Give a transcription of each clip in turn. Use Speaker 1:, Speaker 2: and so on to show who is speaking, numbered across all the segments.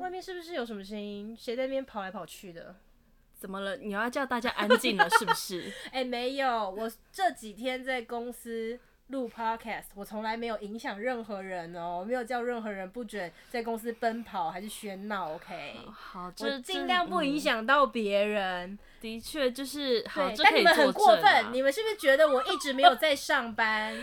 Speaker 1: 外面是不是有什么声音？谁在那边跑来跑去的？
Speaker 2: 怎么了？你要叫大家安静了，是不是？
Speaker 1: 哎、没有，我这几天在公司录 podcast，我从来没有影响任何人哦，没有叫任何人不准在公司奔跑还是喧闹，OK？
Speaker 2: 好，这
Speaker 1: 我尽量不影。响到别人。
Speaker 2: 这嗯的确，就是好，
Speaker 1: 对，
Speaker 2: 这
Speaker 1: 但
Speaker 2: 可
Speaker 1: 你
Speaker 2: 以
Speaker 1: 们很
Speaker 2: 作
Speaker 1: 过
Speaker 2: 证啊
Speaker 1: 分，你们是不是觉得我一直没有在上班？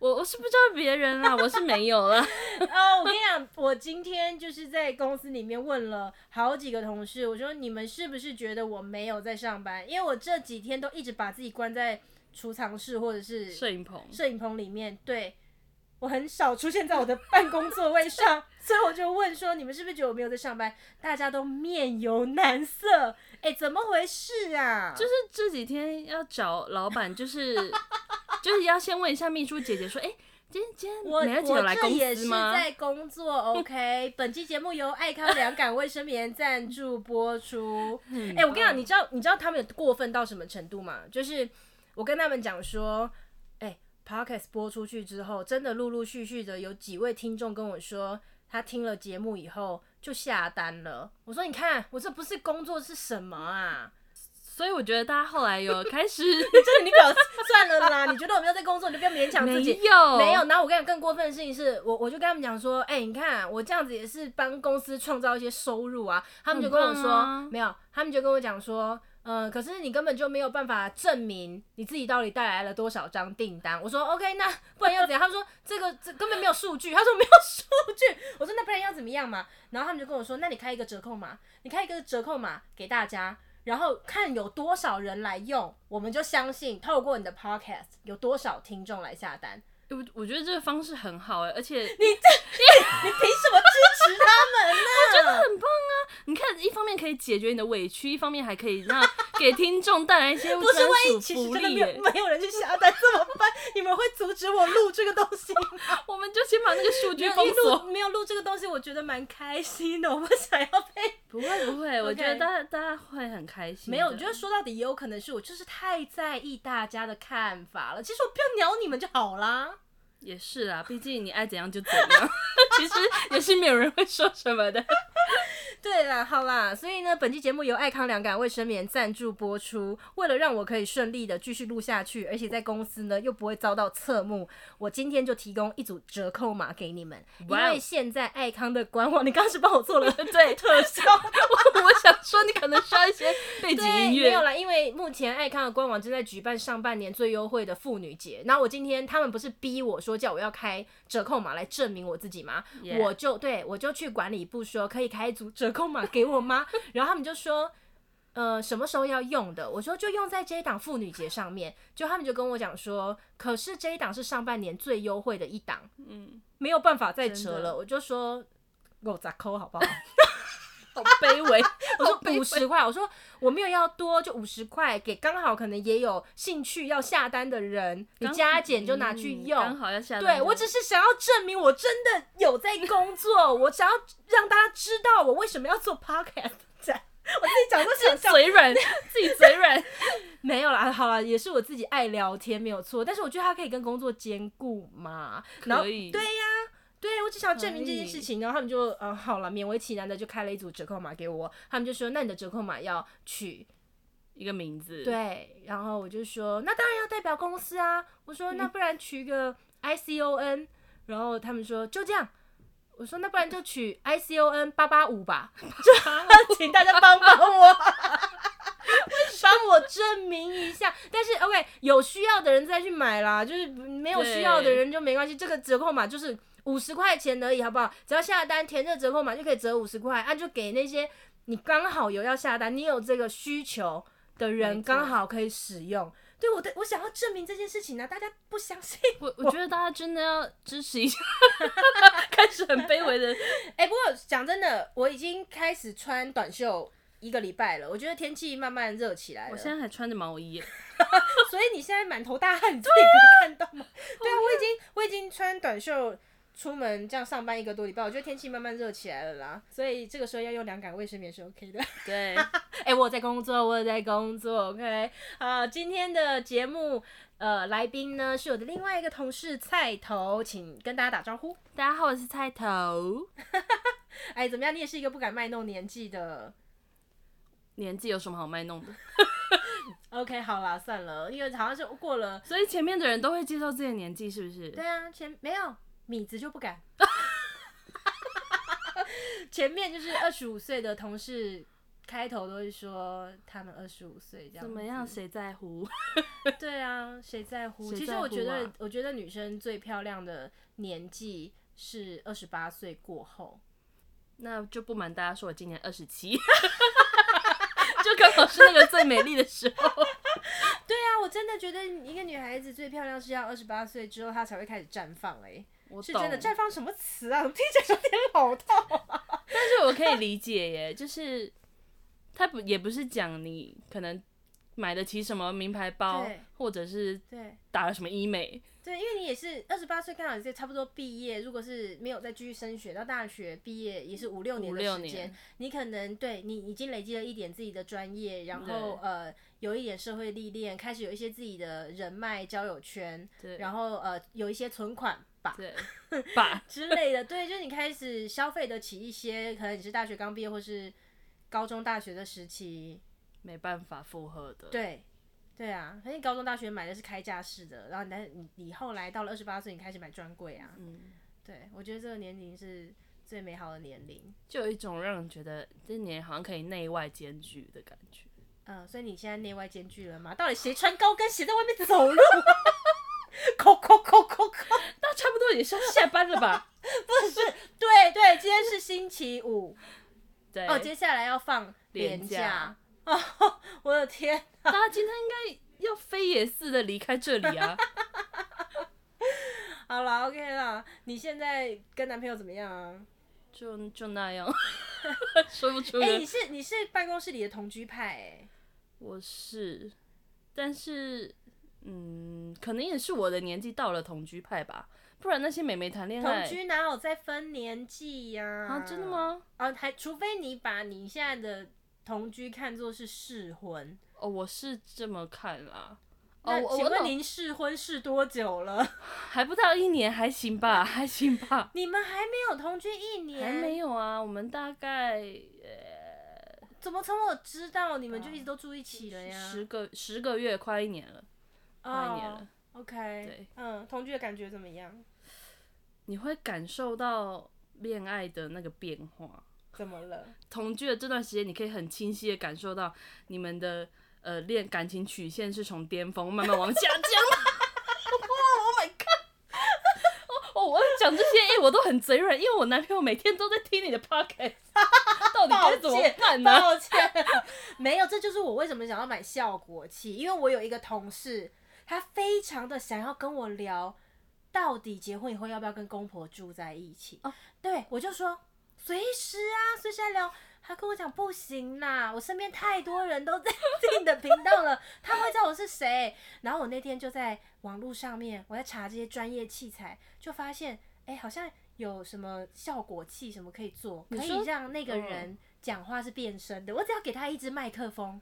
Speaker 2: 我我是不知道别人啊，我是没有了。
Speaker 1: 哦，我跟你讲，我今天就是在公司里面问了好几个同事，我说你们是不是觉得我没有在上班？因为我这几天都一直把自己关在储藏室或者是
Speaker 2: 摄影棚，
Speaker 1: 摄影棚里面，对我很少出现在我的办公座位上， 所以我就问说你们是不是觉得我没有在上班？大家都面有难色，哎、怎么回事啊？
Speaker 2: 就是这几天要找老板，就是就是要先问一下秘书姐姐说，哎、今天今
Speaker 1: 我
Speaker 2: 天美乐姐有
Speaker 1: 我
Speaker 2: 来
Speaker 1: 这
Speaker 2: 公
Speaker 1: 也
Speaker 2: 司
Speaker 1: 是
Speaker 2: 吗？
Speaker 1: 在工 作，OK。本期节目由爱康两感卫生棉赞助播出。哎、我跟你讲，你知道你知道他们有过分到什么程度吗？就是我跟他们讲说，哎、p o d c a s t 播出去之后，真的陆陆续续的有几位听众跟我说，他听了节目以后就下单了。我说，你看我这不是工作是什么啊？
Speaker 2: 所以我觉得大家后来有开始
Speaker 1: 就是你表算了啦，你觉得我没有在工作， 你就不要勉强
Speaker 2: 没
Speaker 1: 自己。
Speaker 2: 有
Speaker 1: 没有，然后我跟你讲，更过分的事情是我，我就跟他们讲说，哎、你看我这样子也是帮公司创造一些收入啊。他们就跟我
Speaker 2: 很
Speaker 1: 说，
Speaker 2: 棒啊
Speaker 1: 没有，他们就跟我讲说，嗯、可是你根本就没有办法证明你自己到底带来了多少张订单。我说 OK，那不然要怎样？他们说这个这根本没有数据，他说没有数据。我说那不然要怎么样嘛？然后他们就跟我说，那你开一个折扣码，你开一个折扣码给大家。然后看有多少人来用，我们就相信透过你的 podcast 有多少听众来下单。
Speaker 2: 我我觉得这个方式很好哎、而且
Speaker 1: 你凭什么支持他们呢？
Speaker 2: 你看，一方面可以解决你的委屈，一方面还可以让给听众带来一些不
Speaker 1: 不是万一其实
Speaker 2: 福
Speaker 1: 真的
Speaker 2: 利
Speaker 1: 没有
Speaker 2: 耶。
Speaker 1: 没有人去下单怎么办？你们会阻止我录这个东西吗？
Speaker 2: 我们就先把那个数
Speaker 1: 没
Speaker 2: 据
Speaker 1: 有
Speaker 2: 封
Speaker 1: 录
Speaker 2: 锁。
Speaker 1: 没有录这个东西，我觉得蛮开心的。我不想要 被
Speaker 2: 不会不会，我
Speaker 1: OK
Speaker 2: 觉得大家大家会很开心的。
Speaker 1: 没有，我觉得说到底也有可能是我就是太在意大家的看法了。其实我不要鸟你们就好啦。
Speaker 2: 也是啊，毕竟你爱怎样就怎 样，其实也是没有人会说什么的。
Speaker 1: 对啦，好啦，所以呢，本期节目由爱康良感卫生棉赞助播出。为了让我可以顺利的继续录下去，而且在公司呢又不会遭到侧目，我今天就提供一组折扣码给你们。因
Speaker 2: 哇哦
Speaker 1: 为现在爱康的官网，你刚刚是帮我做了
Speaker 2: 对，
Speaker 1: 特效，
Speaker 2: 我我想说你可能需要一些背景
Speaker 1: 对，
Speaker 2: 音
Speaker 1: 没有
Speaker 2: 乐。
Speaker 1: 啦，因为目前爱康的官网正在举办上半年最优惠的妇女节，然后我今天他们不是逼我说叫我要开折扣码来证明我自己吗
Speaker 2: Yeah
Speaker 1: 我就对我就去管理部说可以开一组折扣码给我吗？然后他们就说。呃，什么时候要用的？我说就用在这一档妇女节上面。就他们就跟我讲说，可是这一档是上半年最优惠的一档，
Speaker 2: 嗯，
Speaker 1: 没有办法再折
Speaker 2: 真的
Speaker 1: 了。我就说，我咋扣好不 好？
Speaker 2: 好卑 微。
Speaker 1: 我说五十块，我说我没有要多，就五十块给刚好可能也有兴趣要下单的人，你
Speaker 2: 刚
Speaker 1: 加减就拿去
Speaker 2: 嗯
Speaker 1: 用。
Speaker 2: 刚好要下单就。
Speaker 1: 对我只是想要证明我真的有在工作，我想要让大家知道我为什么要做 podcast。这 样我自己讲都想笑，
Speaker 2: 嘴软，自己嘴 软。
Speaker 1: 没有啦，好啦，也是我自己爱聊天，没有错。但是我觉得它可以跟工作兼顾嘛，然后
Speaker 2: 可以
Speaker 1: 对呀、对我只想要证明这件
Speaker 2: 可
Speaker 1: 事
Speaker 2: 以
Speaker 1: 情，然后他们就呃好了，勉为其难的就开了一组折扣码给我，他们就说那你的折扣码要取
Speaker 2: 一个名字。，
Speaker 1: 对，然后我就说，那当然要代表公司啊。我说，那不然取一个 I C O N，然后他们说就这样。我说，那不然就取 I C O N 八八五吧，就 请大家帮帮我，帮我证明一下。但是 OK，有需要的人再去买啦，就是没有需要的
Speaker 2: 对
Speaker 1: 人就没关系。这个折扣码就是五十块钱而已，好不好？只要下单填这个折扣码就可以折五十块，啊，就给那些你刚好有要下单，你有这个需求的人
Speaker 2: 没错
Speaker 1: 刚好可以使用。对我的，我想要证明这件事情啊呢、大家不相信。
Speaker 2: 我我觉得大家真的要支持一下， 开始很卑微的。
Speaker 1: 哎、不过讲真的，我已经开始穿短袖一个礼拜了，我觉得天气慢慢热起来了。
Speaker 2: 我现在还穿着毛衣耶，
Speaker 1: 所以你现在满头大汗，你自己可以看到吗？对啊，我已经我已经穿短袖出门这样上班一个多礼拜，我觉得天气慢慢热起来了啦，所以这个时候要用凉感卫生棉是 OK 的。
Speaker 2: 对，
Speaker 1: 哎、我有在工作，我有在工作，OK。好，今天的节目呃来宾呢是我的另外一个同事菜头，请跟大家打招呼。
Speaker 2: 大家好，我是菜头。
Speaker 1: 哎，怎么样？你也是一个不敢卖弄年纪的。
Speaker 2: 年纪有什么好卖弄的？
Speaker 1: OK，好啦，算了，因为好像是过了。
Speaker 2: 所以前面的人都会接受自己的年纪，是不是？
Speaker 1: 对啊，前没有米子就不敢。 前面就是二十五岁的同事，开头都会说他们二十五岁这样。
Speaker 2: 怎么样？？谁在乎？
Speaker 1: 对啊，谁在乎？
Speaker 2: 谁
Speaker 1: 其实
Speaker 2: 在
Speaker 1: 我觉
Speaker 2: 乎
Speaker 1: 得，
Speaker 2: 啊
Speaker 1: 我觉得女生最漂亮的年纪是二十八岁过后。
Speaker 2: 那就不瞒大家说，我今年二 十七，就刚好是那个最美丽的时候。
Speaker 1: 对啊，我真的觉得一个女孩子最漂亮是要二十八岁之后她才会开始绽放、欸。
Speaker 2: 我
Speaker 1: 是
Speaker 2: 懂，
Speaker 1: 真的绽放什么词啊？我听起来有点老套、啊。
Speaker 2: 但是我可以理解耶，就是他不也不是讲你可能买得起什么名牌包
Speaker 1: 对，
Speaker 2: 或者是
Speaker 1: 对。
Speaker 2: 打了什么医美，
Speaker 1: 对，因为你也是二十八岁，刚好也是差不多毕业。如果是没有再继续升学到大学毕业，也是五六年的
Speaker 2: 5-6
Speaker 1: 时间
Speaker 2: 年。
Speaker 1: 你可能对你已经累积了一点自己的专业，然后
Speaker 2: 对
Speaker 1: 呃有一点社会历练，开始有一些自己的人脉交友圈，
Speaker 2: 对
Speaker 1: 然后呃有一些存款吧
Speaker 2: 对 吧？
Speaker 1: 之类的。对，就是你开始消费得起一些，可能你是大学刚毕业或是高中大学的时期。
Speaker 2: 没办法负荷的。
Speaker 1: 对。对啊，可是你高中、大学买的是开架式的，然后你你你后来到了二十八岁，你开始买专柜啊，
Speaker 2: 嗯，
Speaker 1: 对，我觉得这个年龄是最美好的年龄。
Speaker 2: 就有一种让人觉得这年好像可以内外兼具的感觉。
Speaker 1: 嗯，所以你现在内外兼具了吗？到底谁穿高跟鞋在外面走路？ 扣扣扣扣扣！
Speaker 2: 那差不多也是要下班了吧？
Speaker 1: 对对，今天是星期五
Speaker 2: 对，
Speaker 1: 哦，接下来要放
Speaker 2: 连
Speaker 1: 连
Speaker 2: 假
Speaker 1: 假哦，我的天！
Speaker 2: 大家今天应该要飞也似的离开这里 啊。
Speaker 1: 好了，OK 啦，你现在跟男朋友怎么样啊？
Speaker 2: 就就那样， 说不出
Speaker 1: 哎、
Speaker 2: 个
Speaker 1: 你是你是办公室里的同居派哎、
Speaker 2: 我是，但是嗯，可能也是我的年纪到了同居派吧，不然那些美眉谈恋爱
Speaker 1: 同居哪有在分年纪呀、啊
Speaker 2: 啊，真的？吗？
Speaker 1: 啊，还除非你把你现在的同居看作是试婚。
Speaker 2: 哦，我是这么看啦。哦，
Speaker 1: 那
Speaker 2: 我
Speaker 1: 请
Speaker 2: 我
Speaker 1: 问
Speaker 2: 懂
Speaker 1: 您试婚试多久了？
Speaker 2: 还不到一年，还行吧，还行吧，
Speaker 1: 你们还没有同居一年，
Speaker 2: 还没有啊。我们大概
Speaker 1: 怎么从我知道你们就一直都住一起
Speaker 2: 哎
Speaker 1: 了呀？
Speaker 2: 哦十个十个月，快一年了，快一年了。
Speaker 1: o k
Speaker 2: 对，
Speaker 1: 哦嗯，同居的感觉怎么样？
Speaker 2: 你会感受到恋爱的那个变化。
Speaker 1: 怎么了？
Speaker 2: 同居的这段时间，你可以很清晰的感受到你们的呃恋感情曲线是从巅峰慢慢往下降。 ，Oh 哦，我讲这些，哎、我都很嘴软，因为我男朋友每天都在听你的 podcast，到底该怎么办呢？
Speaker 1: 抱歉，没有，这就是我为什么想要买效果器，因为我有一个同事，他非常的想要跟我聊，到底结婚以后要不要跟公婆住在一起。
Speaker 2: 哦
Speaker 1: 对我就说随时啊，随时来聊。他跟我讲不行啦，我身边太多人都在听你的频道了，他们会知道我是谁。然后我那天就在网络上面，我在查这些专业器材，就发现，哎、好像有什么效果器什么可以做，可
Speaker 2: 你
Speaker 1: 以
Speaker 2: 说
Speaker 1: 让那个
Speaker 2: 嗯
Speaker 1: 人讲话是变声的。我只要给他一支麦克风，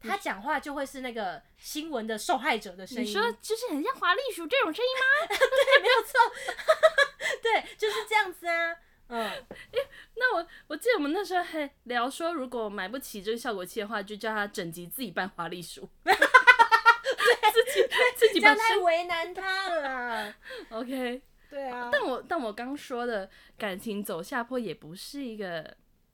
Speaker 1: 他讲话就会是那个新闻的受害者的声音。
Speaker 2: 你说就是很像华丽鼠这种声音 吗？
Speaker 1: 对，就是这样子啊。嗯，
Speaker 2: 那我我记得我们那时候还聊说，如果买不起这个效果器的话，就叫他整集自己扮华丽鼠， 自己自
Speaker 1: 这
Speaker 2: 己
Speaker 1: 样
Speaker 2: 扮
Speaker 1: 太为难他了啦。
Speaker 2: OK。
Speaker 1: 对啊，
Speaker 2: 但我但我刚说的感情走下坡也不是一个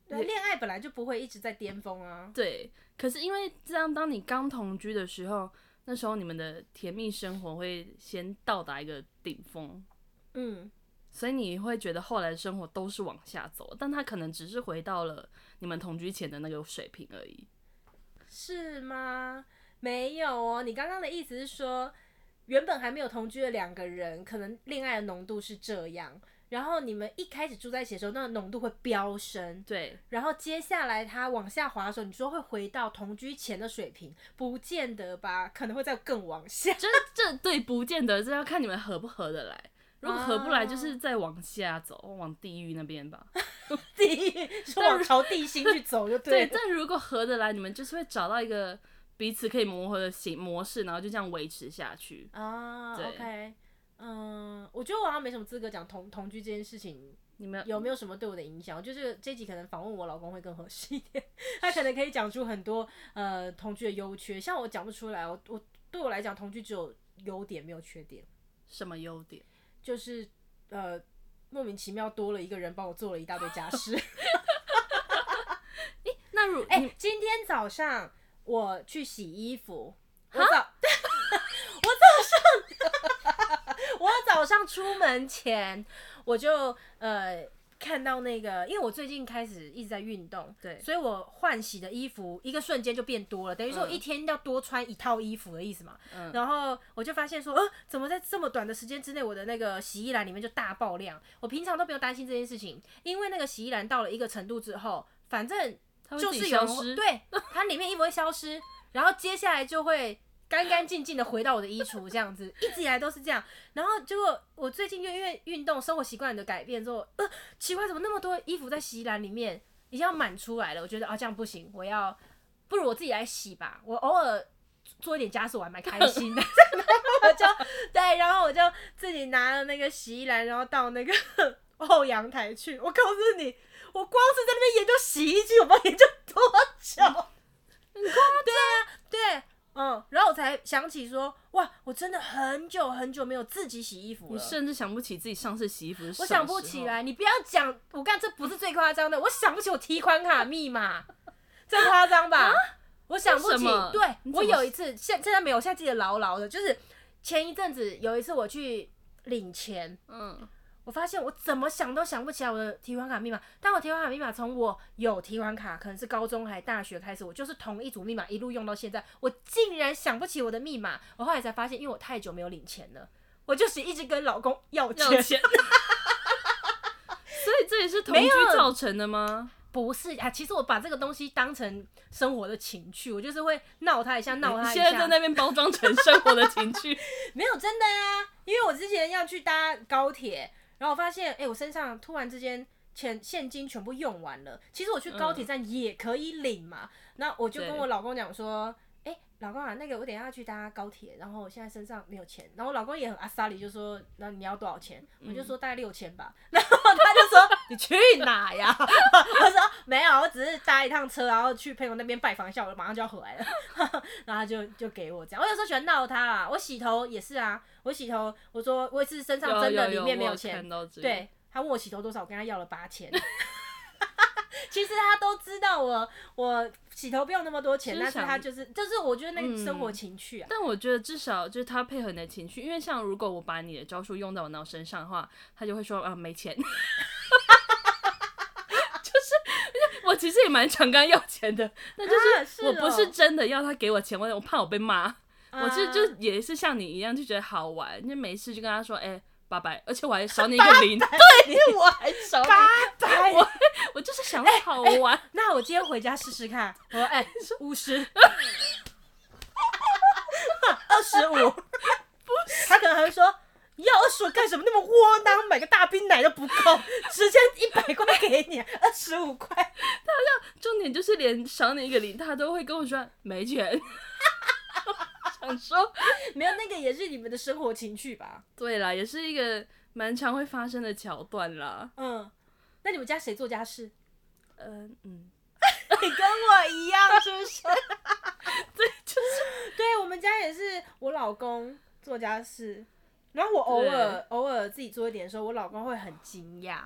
Speaker 1: 对啊恋爱本来就不会一直在巅峰啊。
Speaker 2: 对，可是因为这样，当你刚同居的时候，那时候你们的甜蜜生活会先到达一个顶峰，
Speaker 1: 嗯，
Speaker 2: 所以你会觉得后来的生活都是往下走，但他可能只是回到了你们同居前的那个水平而已。
Speaker 1: 是吗？没有哦，你刚刚的意思是说，原本还没有同居的两个人，可能恋爱的浓度是这样，然后你们一开始住在一起的时候，那个浓度会飙升，
Speaker 2: 对，
Speaker 1: 然后接下来它往下滑的时候，你说会回到同居前的水平，不见得吧？可能会再更往下。
Speaker 2: 这这对不见得，这要看你们合不合得来。如果合不来，
Speaker 1: 啊
Speaker 2: 就是再往下走，往地狱那边吧。
Speaker 1: 地狱是往朝地心去走就 对
Speaker 2: 对，
Speaker 1: 了。
Speaker 2: 但如果合得来，你们就是会找到一个彼此可以磨合的形模式，然后就这样维持下去。
Speaker 1: 啊
Speaker 2: 对
Speaker 1: ，OK，嗯，我觉得我好像没什么资格讲同同居这件事情
Speaker 2: 你们
Speaker 1: 有没有什么对我的影响。我觉得这个这一集可能访问我老公会更合适一点，他可能可以讲出很多呃同居的优缺，像我讲不出来，我我对我来讲同居只有优点没有缺点，
Speaker 2: 什么优点？
Speaker 1: 就是呃莫名其妙多了一个人帮我做了一大堆家事。
Speaker 2: 那如
Speaker 1: 哎、
Speaker 2: 你
Speaker 1: 今天早上我去洗衣服，我早 我早上 我早上出门前我就呃看到那个，因为我最近开始一直在运动，
Speaker 2: 对
Speaker 1: 所以我换洗的衣服一个瞬间就变多了，等于说我
Speaker 2: 嗯
Speaker 1: 一天要多穿一套衣服的意思嘛。
Speaker 2: 嗯
Speaker 1: 然后我就发现说，呃，怎么在这么短的时间之内，我的那个洗衣篮里面就大爆量？我平常都不用担心这件事情，因为那个洗衣篮到了一个程度之后，反正
Speaker 2: 它会
Speaker 1: 就
Speaker 2: 自
Speaker 1: 是
Speaker 2: 己
Speaker 1: 有
Speaker 2: 消
Speaker 1: 人会
Speaker 2: 失。
Speaker 1: 对，它里面衣服会消失，然后接下来就会干干净净的回到我的衣橱，这样子，一直以来都是这样。然后结果我最近就因为运动生活习惯的改变之后，呃，奇怪，怎么那么多衣服在洗衣篮里面已经要满出来了？我觉得啊，这样不行，我要不如我自己来洗吧。我偶尔做一点家事，我还蛮开心的。然后我就对，然后我就自己拿了那个洗衣篮，然后到那个 后阳台去。我告诉你，我光是在那边研究洗衣机，我不知道研究多久。对啊，对，嗯，然后我才想起说，哇，我真的很久很久没有自己洗衣服了。
Speaker 2: 你甚至想不起自己上次洗衣服是什
Speaker 1: 我
Speaker 2: 么时候
Speaker 1: 想不起，来，你不要讲，我干这不是最夸张的，我想不起我提款卡密码， 这夸张吧？我想不
Speaker 2: 啊为什
Speaker 1: 起
Speaker 2: 么，
Speaker 1: 对
Speaker 2: 你怎么
Speaker 1: 我有一次，现现在没有，现在记得牢牢的，就是前一阵子有一次我去领钱，
Speaker 2: 嗯，
Speaker 1: 我发现我怎么想都想不起来我的提款卡密码，但我提款卡密码从我有提款卡，可能是高中还大学开始，我就是同一组密码一路用到现在，我竟然想不起我的密码，我后来才发现，因为我太久没有领钱了，我就是一直跟老公要钱
Speaker 2: 要，钱。所以这也是同
Speaker 1: 没
Speaker 2: 居
Speaker 1: 有
Speaker 2: 造成的吗？
Speaker 1: 不是啊，其实我把这个东西当成生活的情趣，我就是会闹他一下，闹
Speaker 2: 你
Speaker 1: 他一
Speaker 2: 现在在
Speaker 1: 下。
Speaker 2: 那边包装成生活的情 趣，
Speaker 1: 没有真的啊，因为我之前要去搭高铁，然后我发现，哎、我身上突然之间钱现金全部用完了。其实我去高铁站也可以领嘛，那我就跟
Speaker 2: 对
Speaker 1: 我老公讲说。哎，老公啊，那个我等一下要去搭高铁，然后我现在身上没有钱，然后我老公也很阿萨里，就说那你要多少钱？我就说大概六千吧， 然后他就说 你去哪呀？我说哦没有，我只是搭一趟车，然后去朋友那边拜访一下，我马上就要回来了。 然后他就就给我这样，我有时候喜欢闹他啦。我洗头也是啊，我洗头，我说我也是身上真的里面没
Speaker 2: 有我
Speaker 1: 钱
Speaker 2: 看，到这个，
Speaker 1: 对他问我洗头多少，我跟他要了八千。 其实他都知道我我洗头不用那么多钱，
Speaker 2: 就是
Speaker 1: 但是
Speaker 2: 想
Speaker 1: 他就是就是我觉得那个
Speaker 2: 嗯
Speaker 1: 生活情趣啊，
Speaker 2: 但我觉得至少就是他配合你的情绪，因为像如果我把你的招数用到我脑身上的话，他就会说啊没钱， 就是就是我其实也蛮常跟他要钱的，但就是
Speaker 1: 啊是
Speaker 2: 我不是
Speaker 1: 哦
Speaker 2: 真的要他给我钱，我我怕我被骂，我是
Speaker 1: 啊
Speaker 2: 就也是像你一样就觉得好玩，就没事就跟他说哎八百，而且我还少你一个零，对， 我还少你，
Speaker 1: 八百。
Speaker 2: 我我就是想
Speaker 1: 哎
Speaker 2: 要好玩，
Speaker 1: 那我今天回家试试看。我说 哎，五十，二十五，他可能还会说要二十五干什么？那么窝囊，买个大冰奶都不够，直接一百块给你， 二十五块。
Speaker 2: 重点就是连少你一个零，他都会跟我说没钱， 想说。
Speaker 1: 没有那个也是你们的生活情趣吧？
Speaker 2: 对啦，也是一个蛮常会发生的桥段啦。
Speaker 1: 嗯，那你们家谁做家事？呃
Speaker 2: 嗯嗯，
Speaker 1: 你跟我一样，是 不是？对，就是对我们家也是我老公做家事，然后我偶尔偶尔自己做一点的时候，我老公会很惊讶。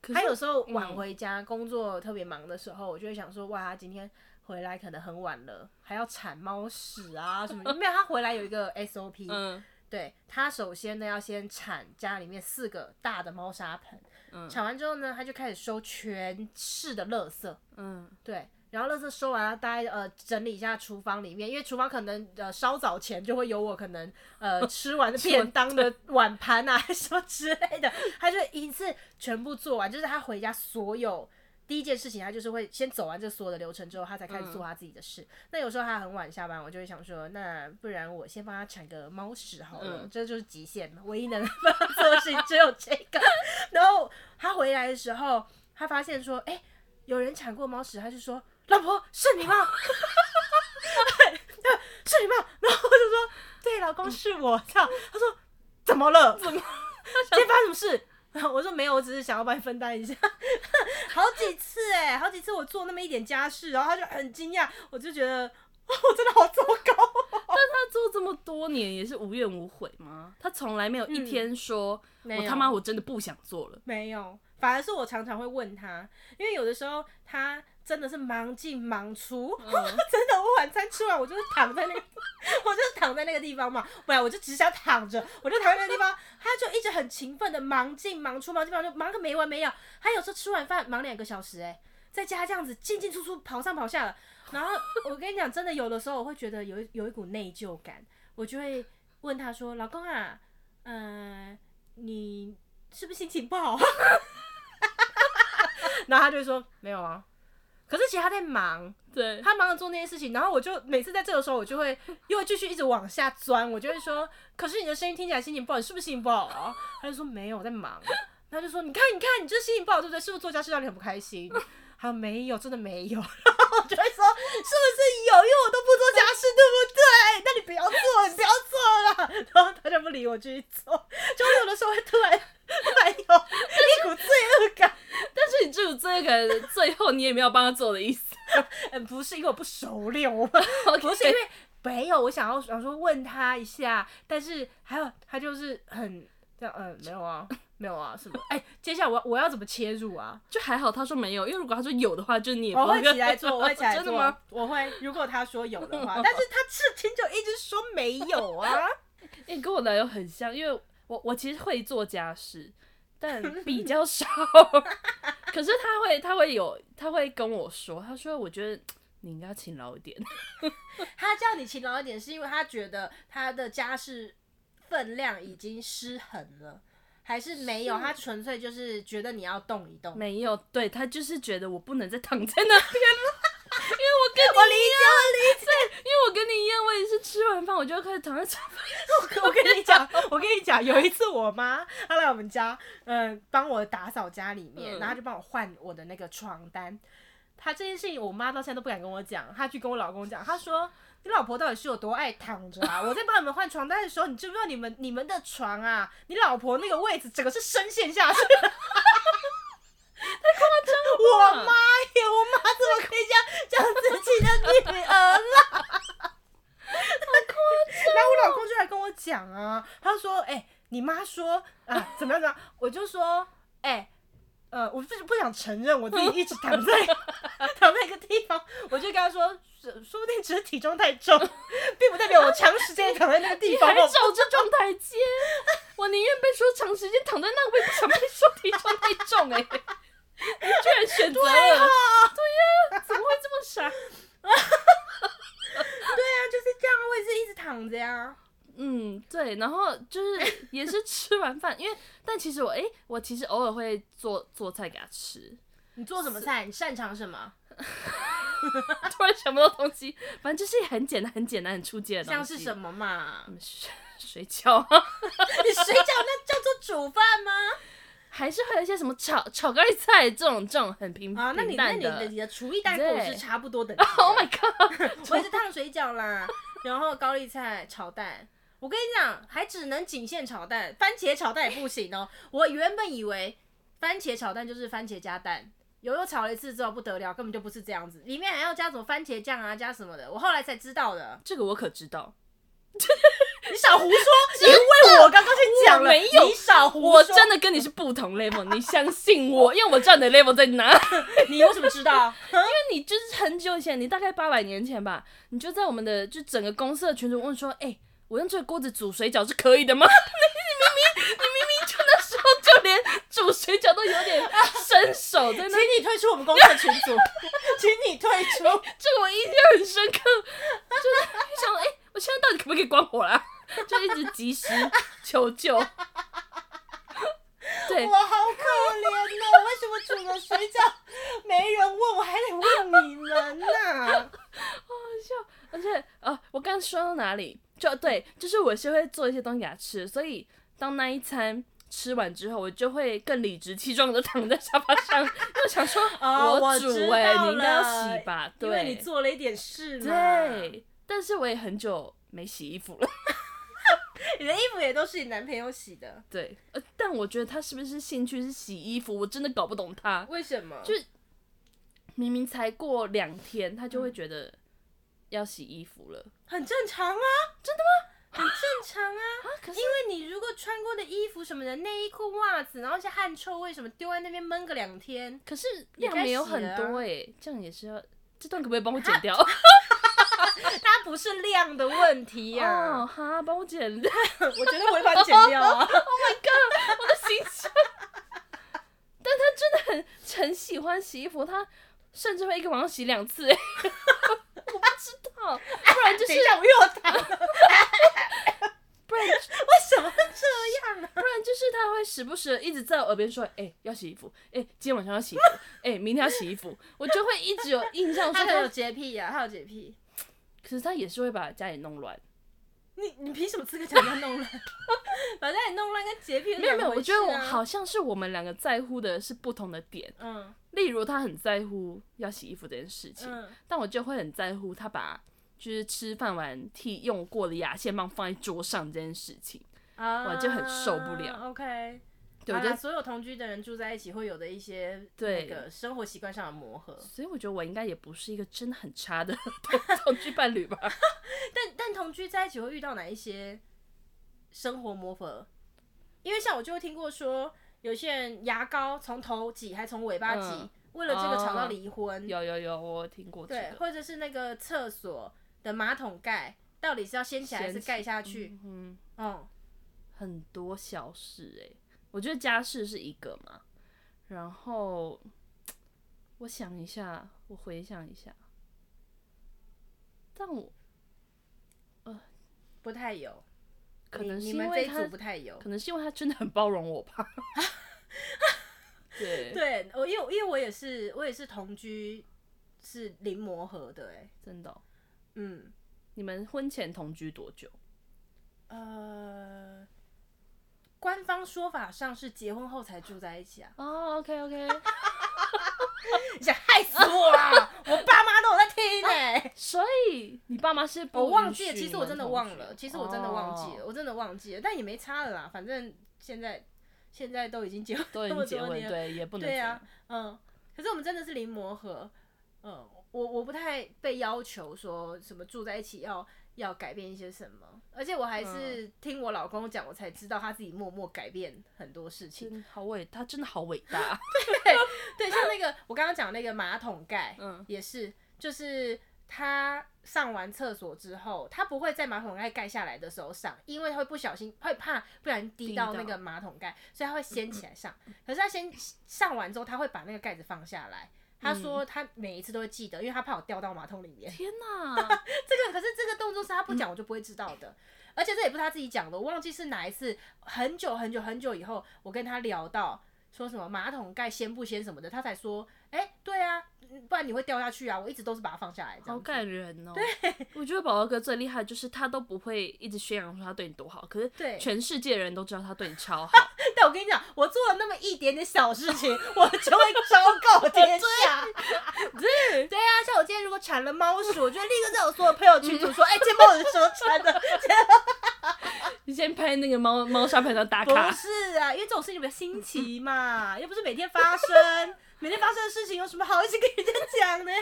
Speaker 2: 可
Speaker 1: 他有
Speaker 2: 是
Speaker 1: 时候晚回家、工作特别忙的时候，我就会想说，哇，他今天回来可能很晚了，还要铲猫屎啊什么的。没 有，他回来有一个 SOP，、
Speaker 2: 嗯，
Speaker 1: 对他首先呢要先铲家里面四个大的猫砂盆，
Speaker 2: 嗯
Speaker 1: 铲完之后呢，他就开始收全市的垃圾，
Speaker 2: 嗯，
Speaker 1: 对，然后垃圾收完了，大概呃整理一下厨房里面，因为厨房可能呃稍早前就会有我可能呃吃完的便当的碗盘啊什么之类的，他就一次全部做完，就是他回家所有第一件事情，他就是会先走完这所有的流程之后，他才开始做他自己的事。那有时候他很晚下班，我就会想说，那不然我先帮他铲个猫屎好了，
Speaker 2: 嗯
Speaker 1: 这就是极限，唯一能 帮他做的事情只有这个。 然后他回来的时候，他发现说，哎、有人铲过猫屎，他就说，老婆是你吗？ 是你吗？然后我就说，对，老公是我。这样，他说怎么了？怎么？ 今天发生什么事？然后我说没有，我只是想要帮你分担一下。 好几次哎、好几次我做那么一点家事，然后他就很惊讶，我就觉得哦我真的好糟糕、
Speaker 2: 他做这么多年也是无怨无悔吗？他从来没有一天说、
Speaker 1: 嗯没有
Speaker 2: 我他妈我真的不想做了。
Speaker 1: 没有，反而是我常常会问他，因为有的时候他真的是忙进忙出， 真的，我晚餐吃完我就是躺在那个， 我就是躺在那个地方嘛，本来我就只想躺着，我就躺在那个地方，他就一直很勤奋的忙进忙出，忙进忙出，忙个没完没了。他有时候吃完饭忙两个小时、欸，哎，在家这样子进进出出跑上跑下的。然后我跟你讲，真的有的时候我会觉得有一有一股内疚感，我就会问他说：“老公啊，嗯、你是不是心情不好啊？” 然后他就会说：“没有啊。”可是其实他在忙，
Speaker 2: 对，
Speaker 1: 他忙着做那些事情，然后我就每次在这个时候，我就会又会继续一直往下钻，我就会说，可是你的声音听起来心情不好，你是不是心情不好啊？他就说没有，我在忙。他就说，你看，你看，你这心情不好，对不对？是不是做家事让你很不开心？他说没有，真的没有。然 后我就会说，是不是有？因为我都不做家事，对不对？那你不要做，你不要做了。 然后他就不理我，继续做。就我有的时候会突然突然有一股罪恶感。
Speaker 2: 但是你这种罪恶感， 最后你也没有帮他做的意思。
Speaker 1: 嗯，不是因为我不熟练，我
Speaker 2: OK
Speaker 1: 不是因为没有，我想要想说问他一下，但是还有他就是很这样，嗯，没有 啊，没有啊，什么？哎、接下来我要我要怎么切入啊？
Speaker 2: 就还好，他说没有，因为如果他说有的话，就你也不
Speaker 1: 我会
Speaker 2: 跟
Speaker 1: 起来做，我会 起来
Speaker 2: 真的吗
Speaker 1: 做？，我会。如果他说有 的话，但是他至今就一直说没有啊。
Speaker 2: 你、跟我男友很像，因为我我其实会做家事， 但比较少。可是他会，他会有，他会跟我说，他说我觉得你应该勤劳一点。
Speaker 1: 他叫你勤劳一点，是因为他觉得他的家事分量已经失衡了，还是没有？他纯粹就是觉得你要动一动。
Speaker 2: 没有，对他就是觉得我不能再躺在那边了，因为我跟
Speaker 1: 我理解，我理解。
Speaker 2: 因为我跟你一样，我也是吃完饭我就要开始躺 在床上。
Speaker 1: 我跟你讲，我跟你讲，有一次我妈她来我们家，嗯，帮我打扫家里面，
Speaker 2: 嗯
Speaker 1: 然后她就帮我换我的那个床单。她这件事情，我妈到现在都不敢跟我讲，她去跟我老公讲，她说：“你老婆到底是有多爱躺着啊？我在帮你们换床单的时候，你知不知道你们你们的床啊，你老婆那个位置整个是深陷下去。” 太夸张了！我妈耶，我妈怎么可以这样讲自己的女儿啦？ 然后我老公就来跟我讲啊，他说：“哎、你妈说啊，怎么样怎么样？”我就说：“哎、呃，我不不想承认我自己一直躺 在躺在一个地方，我就跟他说，说说不定只是体重太重，并不代表我长时间躺在那个地
Speaker 2: 你
Speaker 1: 方。哦
Speaker 2: 还
Speaker 1: 我
Speaker 2: 找这种台阶，我宁愿被说长时间躺在那，我也不想被说 体重太重哎、你居然选择了，对
Speaker 1: 啊
Speaker 2: 呀、怎么会这么傻？
Speaker 1: 对啊，就是这样，我也是一直躺着呀、
Speaker 2: 嗯，对，然后就是 也是吃完饭，因为但其实我哎、我其实偶尔会做做菜给他吃，
Speaker 1: 你做什么菜？你擅长什么？
Speaker 2: 突然想不到东西，反正就是很简单、很简单、很初级的东西，
Speaker 1: 像是什么嘛？
Speaker 2: 嗯水 水饺， 啊
Speaker 1: 你水饺那叫做煮饭吗？
Speaker 2: 还是会有一些什么炒炒高丽菜这种这种很平
Speaker 1: 啊，那你
Speaker 2: 平
Speaker 1: 那
Speaker 2: 淡
Speaker 1: 你的你的厨艺大跟我是
Speaker 2: 对
Speaker 1: 差不多等 级的。
Speaker 2: Oh my god！
Speaker 1: 我也是烫水饺啦，然后高丽菜炒蛋。我跟你讲，还只能仅限炒蛋，番茄炒蛋也不行哦、我原本以为番茄炒蛋就是番茄加蛋，有又炒了一次之后不得了，根本就不是这样子，里面还要加什么番茄酱啊，加什么的。我后来才知道的。
Speaker 2: 这个我可知道，
Speaker 1: 你少胡说， 因为我刚刚先讲了，
Speaker 2: 我没有
Speaker 1: 你少胡说，
Speaker 2: 我真的跟你是不同 level，你相信我，因为我知道你的 level 在哪。
Speaker 1: 你有什么知 道？
Speaker 2: 那你就是很久以前，你大概八百年前吧，你就在我们的就整个公司的群组问说，哎、我用这个锅子煮水饺是可以的吗？ 你你明明你明明就那时候就连煮水饺都有点伸手在
Speaker 1: 请
Speaker 2: 那，
Speaker 1: 你退出我们公司的群组， 请你退出。
Speaker 2: 这个我印象很深刻，就是想哎、我现在到底可不可以关火啦？就一直及时求救。 对
Speaker 1: 我，好可怜哦，为什么煮的水饺每没人问，我还得问你们呐、
Speaker 2: 而且呃，我刚说到哪里？就对，就是我是会做一些东西给他吃，所以当那一餐吃完之后，我就会更理直气壮的躺在沙发上，就想说、
Speaker 1: 哦我知
Speaker 2: 煮哎、
Speaker 1: 道
Speaker 2: 你应该要
Speaker 1: 了
Speaker 2: 洗吧？对，
Speaker 1: 因为你做了一点事嘛。，
Speaker 2: 对，但是我也很久没洗衣服了。
Speaker 1: 你的衣服也都是你男朋友洗的，
Speaker 2: 对，呃，但我觉得他是不是兴趣是洗衣服，我真的搞不懂他。
Speaker 1: 为什么？
Speaker 2: 就明明才过两天，他就会觉得要洗衣服了
Speaker 1: 很正常啊。真的吗？很正常啊，
Speaker 2: 啊！可是
Speaker 1: 因为你如果穿过的衣服什么的，内衣裤、袜子，然后一些汗臭味什么，丢在那边闷个两天，
Speaker 2: 可是
Speaker 1: 你
Speaker 2: 量
Speaker 1: 该
Speaker 2: 没有
Speaker 1: 洗
Speaker 2: 很
Speaker 1: 了啊
Speaker 2: 多哎、这样也是要。这段可不可以帮我剪掉？
Speaker 1: 它不是量的问题呀、
Speaker 2: 哦，哈，帮我剪 掉
Speaker 1: 我觉得我会把它剪掉 啊。
Speaker 2: 我的形象。 但他真的很很喜欢洗衣服，他甚至会一个晚上洗两次、欸。 我不知道，不然就是
Speaker 1: 哎等一下，我又要打了，
Speaker 2: 不然
Speaker 1: 为什么会这样呢、
Speaker 2: 不然就是他会时不时地一直在我耳边说：“哎、要洗衣服，哎、今天晚上要洗衣服， 哎、明天要洗衣服。”我就会一直有印象说
Speaker 1: 他有
Speaker 2: 他，
Speaker 1: 洁癖呀、啊，他有洁癖。
Speaker 2: 可是他也是会把家里弄乱。
Speaker 1: 你你凭什么资格讲人家弄 乱？把人家也弄乱跟洁癖是
Speaker 2: 没有没有，
Speaker 1: 两
Speaker 2: 我
Speaker 1: 回
Speaker 2: 觉
Speaker 1: 事
Speaker 2: 得
Speaker 1: 啊
Speaker 2: 我好像是我们两个在乎的是不同的点。
Speaker 1: 嗯
Speaker 2: 例如，他很在乎要洗衣服这件事情，
Speaker 1: 嗯
Speaker 2: 但我就会很在乎他把就是吃饭完替用过的牙线棒放在桌上这件事情。
Speaker 1: 啊
Speaker 2: 我就很受不了
Speaker 1: OK，
Speaker 2: 对，我
Speaker 1: 好
Speaker 2: 就
Speaker 1: 啦所有同居的人住在一起会有的一些
Speaker 2: 对
Speaker 1: 那个生活习惯上的磨合，
Speaker 2: 所以我觉得我应该也不是一个真的很差的 同同居伴侣吧。
Speaker 1: 但但同居在一起会遇到哪一些生活磨合？因为像我就会听过说，有些人牙膏从头挤还从尾巴挤，
Speaker 2: 嗯
Speaker 1: 为了这个吵到
Speaker 2: 哦
Speaker 1: 离婚，
Speaker 2: 有有有，我有听过这
Speaker 1: 对，
Speaker 2: 个。
Speaker 1: 或者是那个厕所的马桶盖到底是要掀起来还是
Speaker 2: 掀起
Speaker 1: 盖下去？
Speaker 2: 嗯，
Speaker 1: 嗯，
Speaker 2: 很多小事哎、我觉得家事是一个嘛，然后我想一下，我回想一下，但我
Speaker 1: 不太有，
Speaker 2: 可能
Speaker 1: 你
Speaker 2: 是
Speaker 1: 你
Speaker 2: 因
Speaker 1: 们这
Speaker 2: 为
Speaker 1: 一
Speaker 2: 他
Speaker 1: 组，不太有。
Speaker 2: 可能是因为他真的很包容我吧。 对，
Speaker 1: 对，我因为因为我也是我也是同居，是零磨合的、哎，
Speaker 2: 真的哦、
Speaker 1: 嗯，
Speaker 2: 你们婚前同居多久？
Speaker 1: 呃，官方说法上是结婚后才住在一起啊，
Speaker 2: 哦，OK，OK、o k OK，
Speaker 1: 你想害死我 啊！我爸妈都有在听哎、
Speaker 2: 所以你爸妈是不
Speaker 1: 我哦忘记
Speaker 2: 允
Speaker 1: 了，
Speaker 2: 许
Speaker 1: 其实
Speaker 2: 你
Speaker 1: 我
Speaker 2: 们
Speaker 1: 真的
Speaker 2: 同
Speaker 1: 忘
Speaker 2: 居
Speaker 1: 了，其实我真的忘记了，
Speaker 2: 哦
Speaker 1: 我真的忘记了，但也没差了啦，反正现在现在都已经结婚
Speaker 2: 都已
Speaker 1: 那么
Speaker 2: 经结
Speaker 1: 多
Speaker 2: 婚，
Speaker 1: 年了，
Speaker 2: 对，也不能
Speaker 1: 对
Speaker 2: 这
Speaker 1: 啊
Speaker 2: 样，
Speaker 1: 嗯，可是我们真的是零磨合，嗯，我我不太被要求说什么住在一起要要改变一些什么，而且我还是听我老公讲，我才知道他自己默默改变很多事情。
Speaker 2: 真好伟，他真的好伟 大。
Speaker 1: 对，像那个我刚刚讲那个马桶盖，
Speaker 2: 嗯
Speaker 1: 也是，就是他上完厕所之后，他不会在马桶盖盖下来的时候上，因为他会不小心会怕不然滴
Speaker 2: 滴
Speaker 1: 到
Speaker 2: 到
Speaker 1: 那个马桶盖，所以他会掀起来上。可是他先上完之后，他会把那个盖子放下来。他说他每一次都会记得，因为他怕我掉到马桶里面。
Speaker 2: 天哪！
Speaker 1: 这个可是这个动作是他不讲，我就不会知道的。而且这也不是他自己讲的，我忘记是哪一次，很久很久很久以后，我跟他聊到说什么马桶盖掀不掀什么的，他才说，哎、对啊，嗯不然你会掉下去啊，我一直都是把它放下来这
Speaker 2: 好
Speaker 1: 样子。
Speaker 2: 感人哦！对，我觉得宝宝哥最厉害的就是他都不会一直宣扬说他对你多好，可是
Speaker 1: 对
Speaker 2: 全世界的人都知道他对你超好，
Speaker 1: 但我跟你讲，我做了那么一点点小事情，我就会昭告天下。 对对啊，像我今天如果产了猫屎，我就会立刻在我所有朋友群组说，哎、这猫屎是我产的，
Speaker 2: 你先拍那个猫猫砂盆上 打
Speaker 1: 不
Speaker 2: 卡，
Speaker 1: 是啊，因为这种事情比较新奇嘛，又不是每天发生，每天发生的事情有什么好一直跟人家讲 的呀？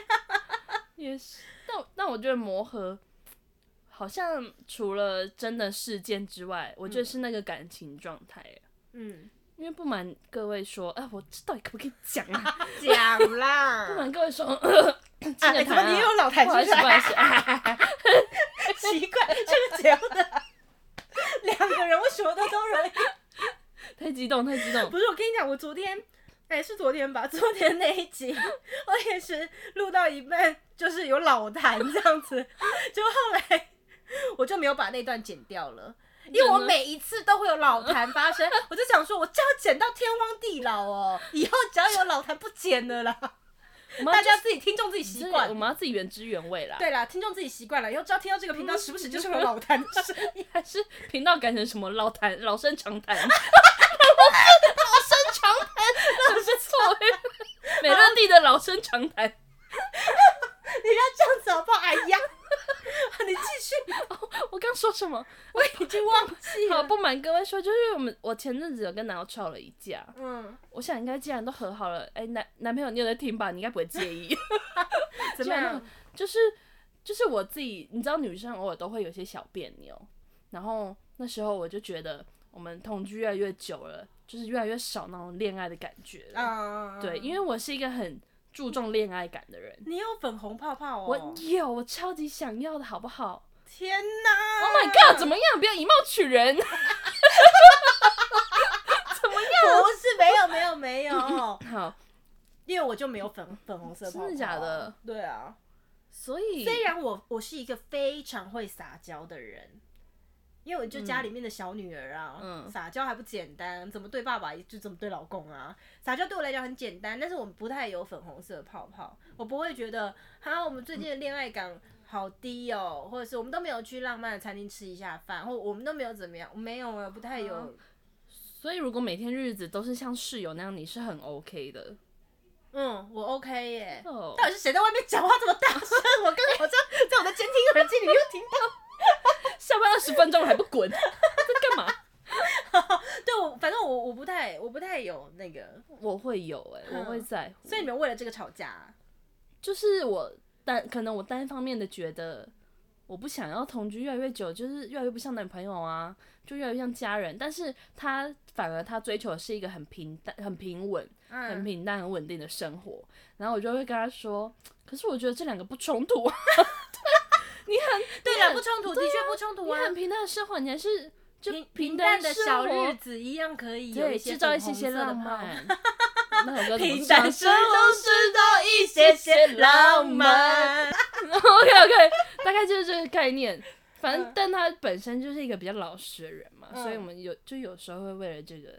Speaker 2: 也是。但但我觉得磨合好像除了真的事件之外，我觉得是那个感情状态耶。
Speaker 1: 嗯，
Speaker 2: 因为不瞒各位说，哎、我这到底可不可以讲 啊？
Speaker 1: 讲啦
Speaker 2: 不瞒各位说，真
Speaker 1: 啊，
Speaker 2: 的
Speaker 1: 哎怎么
Speaker 2: 谈
Speaker 1: 你也
Speaker 2: 啊
Speaker 1: 有老痰
Speaker 2: 不好意
Speaker 1: 出
Speaker 2: 思，不好
Speaker 1: 来？
Speaker 2: 意思，哎
Speaker 1: 奇怪，这个节目的两个人为什么都都容易？
Speaker 2: 太激动，太激动。
Speaker 1: 不是，我跟你讲，我昨天。哎、是昨天吧？ 昨天那一集，我也是录到一半，就是有老痰这样子，就后来我就没有把那段剪掉了，因为我
Speaker 2: 真的
Speaker 1: 每一次都会有老痰发生，我 就想说，我就要剪到天荒地老哦，以后只要有老痰不剪了啦。
Speaker 2: 我们要
Speaker 1: 大家自己听众自己习
Speaker 2: 真的
Speaker 1: 惯
Speaker 2: 我。们要自己原汁原味啦。
Speaker 1: 对啦，听众自己习惯了，以后只要听到这个频道，时不时就是会有老痰声。
Speaker 2: 还是频道改成什么老谈老生常谈，老生常谈，很不错欸，美乐蒂的老生常谈。
Speaker 1: 你不要这样子好不好？哎呀， 你继续，
Speaker 2: 我刚说什么？
Speaker 1: 我已经忘记
Speaker 2: 好，
Speaker 1: 了。
Speaker 2: 不瞒各位说，就是我们我前阵子有跟男友吵了一架，
Speaker 1: 嗯，
Speaker 2: 我想应该既然都和好了，哎、 男男朋友你有在听吧？你应该不会介意。
Speaker 1: 怎么样？
Speaker 2: 就是就是我自己，你知道女生偶尔都会有些小别扭，然后那时候我就觉得我们同居越来越久了，就是越来越少那种恋爱的感觉了。
Speaker 1: 啊，
Speaker 2: 对，因
Speaker 1: 为
Speaker 2: 为我是一个很注重恋爱感的人，
Speaker 1: 你有粉红泡泡哦。
Speaker 2: 我有，我超级想要的好不好
Speaker 1: 天哪
Speaker 2: ？Oh my god，怎么样？不要以貌取人。
Speaker 1: 不是没有没有没 有，
Speaker 2: 好，
Speaker 1: 因为我就没有粉粉红色泡泡啊
Speaker 2: 真的假的？
Speaker 1: 对啊，
Speaker 2: 所以
Speaker 1: 虽然我我是一个非常会撒娇的人。因为我就家里面的小女儿啊，
Speaker 2: 嗯
Speaker 1: 撒娇还不简单，怎么对爸爸就怎么对老公啊。撒娇对我来讲很简单，但是我们不太有粉红色泡泡，我不会觉得啊，我们最近的恋爱感好低哦，或者是我们都没有去浪漫的餐厅吃一下饭，或我们都没有怎么样，没有啊，不太有。
Speaker 2: 啊所以如果每天日子都是像室友那样，你是很 OK 的。
Speaker 1: 嗯，我 OK 耶。
Speaker 2: 哦
Speaker 1: 到底是谁在外面讲话这么大声？ 我刚刚好像在我的监听耳机里面又听到。
Speaker 2: 下班二十分钟了还不滚，在 干嘛？
Speaker 1: 对，我反正我我不太我不太有那个，
Speaker 2: 我会有哎、我会在乎。
Speaker 1: 嗯所以你们为了这个吵架啊、
Speaker 2: 就是我单可能我单方面的觉得我不想要同居越来越久，就是越来越不像男朋友啊，就越来越像家人。但是他反而他追求的是一个很平淡、很平稳、很
Speaker 1: 嗯，
Speaker 2: 平淡、很稳定的生活。然后我就会跟他说，可是我觉得这两个不冲突啊，
Speaker 1: 对了，不冲突，的确不冲突
Speaker 2: 你
Speaker 1: 啊。
Speaker 2: 很平淡的生活，你还是就
Speaker 1: 平
Speaker 2: 平
Speaker 1: 平淡的
Speaker 2: 生
Speaker 1: 小
Speaker 2: 活
Speaker 1: 日子一样可以有
Speaker 2: 对，
Speaker 1: 一些
Speaker 2: 制造一
Speaker 1: 粉
Speaker 2: 些
Speaker 1: 红
Speaker 2: 些
Speaker 1: 色的
Speaker 2: 浪
Speaker 1: 泡沫。
Speaker 2: 漫。那首歌怎么
Speaker 1: 平
Speaker 2: 唱
Speaker 1: 淡生活 制造一些些浪漫。
Speaker 2: OK OK，大概就是这个概念。反正，但他本身就是一个比较老实的人嘛，
Speaker 1: 嗯
Speaker 2: 所以我们有就有时候会为了这个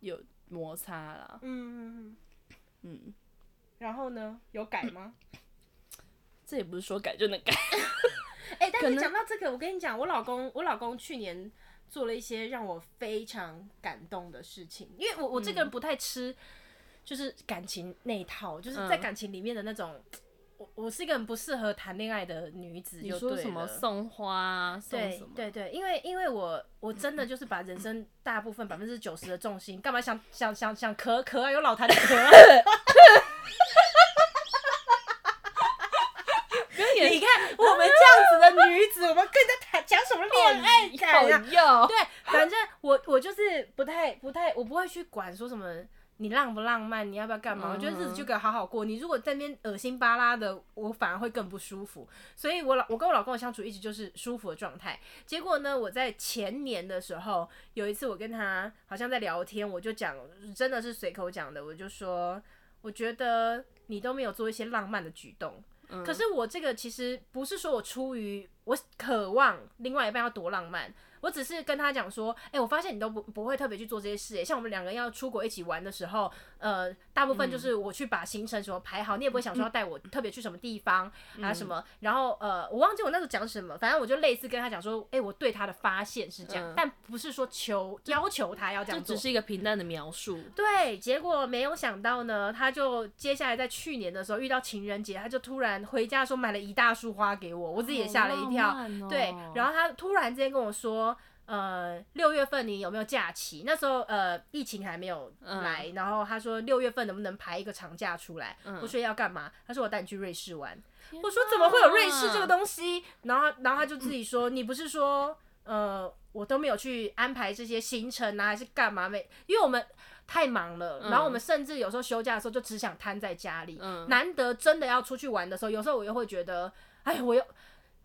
Speaker 2: 有摩擦啦。
Speaker 1: 嗯，
Speaker 2: 嗯，
Speaker 1: 然后呢？有改吗？
Speaker 2: 这也不是说改就能改。
Speaker 1: 哎、但
Speaker 2: 可
Speaker 1: 是
Speaker 2: 能
Speaker 1: 讲到这个，我跟你讲，我老公，我老公去年做了一些让我非常感动的事情，因为我我这个人不太吃，就是感情那一套，就是在
Speaker 2: 嗯
Speaker 1: 感情里面的那种，我我是一个很不适合谈恋爱的女子，
Speaker 2: 你
Speaker 1: 就
Speaker 2: 说
Speaker 1: 对
Speaker 2: 什么
Speaker 1: 了
Speaker 2: 送花啊，送
Speaker 1: 对
Speaker 2: 什么？
Speaker 1: 对对，因为因为我我真的就是把人生大部分百分之九十的重心，干嘛想想想想咳咳啊，有老痰的咳啊，
Speaker 2: 不要
Speaker 1: 你看我们这样子的女子，我们跟人家谈讲什么恋爱感啊？
Speaker 2: 好要
Speaker 1: 对，反正我我就是不太不太，我不会去管说什么你浪不浪漫，你要不要干嘛？我觉得日子就给我好好过。你如果在那边恶心巴拉的，我反而会更不舒服。所以我老我跟我老公的相处一直就是舒服的状态。结果呢，我在前年的时候有一次，我跟他好像在聊天，我就讲真的是随口讲的，我就说我觉得你都没有做一些浪漫的举动。
Speaker 2: 嗯
Speaker 1: 可是我这个其实不是说我出于我渴望另外一半要多浪漫，我只是跟他讲说，哎、我发现你都不不会特别去做这些事、哎，像我们两个要出国一起玩的时候，呃，大部
Speaker 2: 嗯
Speaker 1: 分就是我去把行程什么排好，你也不会想说要带我特别去什么地方、
Speaker 2: 嗯
Speaker 1: 啊什么，然后呃，我忘记我那时候讲什么，反正我就类似跟他讲说，哎、我对他的发现是这样，
Speaker 2: 嗯
Speaker 1: 但不是说求要求他要这
Speaker 2: 就
Speaker 1: 样做
Speaker 2: 只，是一个平淡的描述。
Speaker 1: 对，结果没有想到呢，他就接下来在去年的时候遇到情人节，他就突然回家说买了一大束花给我，我自己也吓了一跳。
Speaker 2: 好浪漫哦
Speaker 1: 对，然后他突然之间跟我说，呃，六月份你有没有假期？那时候呃疫情还没有来，
Speaker 2: 嗯
Speaker 1: 然后他说六月份能不能排一个长假出来？我说要干嘛？他说我带你去瑞士玩。
Speaker 2: 天
Speaker 1: 我说怎么会有瑞士这个
Speaker 2: 哪
Speaker 1: 东西？然后他然后他就自己说，你不是说呃我都没有去安排这些行程啊，还是干嘛没？因为我们太忙了，然后我们甚至有时候休假的时候就只想瘫在家里。
Speaker 2: 嗯
Speaker 1: 难得真的要出去玩的时候，有时候我又会觉得，哎，我又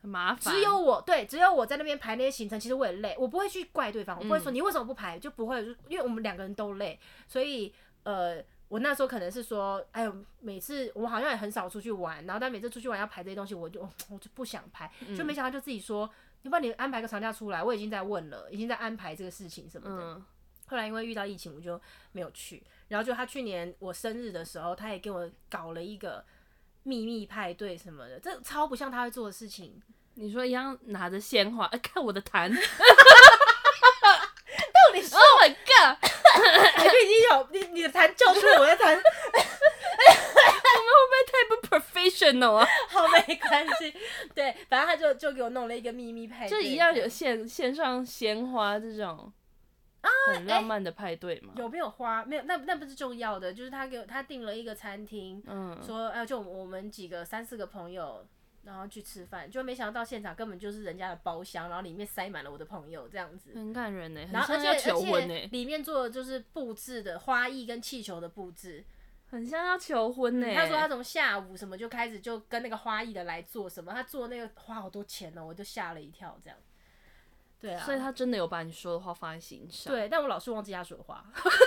Speaker 2: 很麻烦？
Speaker 1: 只有我对，只有我在那边排那些行程，其实我也累，我不会去怪对方，我不会说
Speaker 2: 嗯
Speaker 1: 你为什么不排，就不会，就因为我们两个人都累，所以呃，我那时候可能是说，哎呦，每次我好像也很少出去玩，然后但每次出去玩要排这些东西，我就我就不想排，就
Speaker 2: 嗯
Speaker 1: 没想到就自己说，你帮你安排个长假出来，我已经在问了，已经在安排这个事情什么的，
Speaker 2: 嗯，
Speaker 1: 后来因为遇到疫情，我就没有去。然后就他去年我生日的时候，他也给我搞了一个秘密派对什么的，这超不像他会做的事情。
Speaker 2: 你说一样拿着鲜花， 哎、看我的痰，Oh
Speaker 1: 到底是
Speaker 2: my god！
Speaker 1: 你已经有你你的痰叫出我的痰，
Speaker 2: 我们会不会太不 professional 啊？
Speaker 1: 好没关系。 对，反正他就就给我弄了一个秘密派对，
Speaker 2: 就一样有线线上鲜花这种啊，很浪漫的派对嘛。
Speaker 1: 有没有花？没有，那那不是重要的，就是他给我他订了一个餐厅，
Speaker 2: 嗯，
Speaker 1: 说哎、就我们几个三四个朋友，然后去吃饭，就没想到现场根本就是人家的包厢，然后里面塞满了我的朋友这样子。
Speaker 2: 很感人呢、
Speaker 1: 然
Speaker 2: 很
Speaker 1: 后而
Speaker 2: 像
Speaker 1: 且
Speaker 2: 要求欸
Speaker 1: 而
Speaker 2: 婚呢、
Speaker 1: 且里面做的就是布置的花艺跟气球的布置。
Speaker 2: 很像要求婚呢、
Speaker 1: 嗯他说他从下午什么就开始就跟那个花艺的来做什么，他做那个花好多钱哦、我就吓了一跳这样。对啊，
Speaker 2: 所以他真的有把你说的话放在心上。，
Speaker 1: 对，但我老是忘记他说话。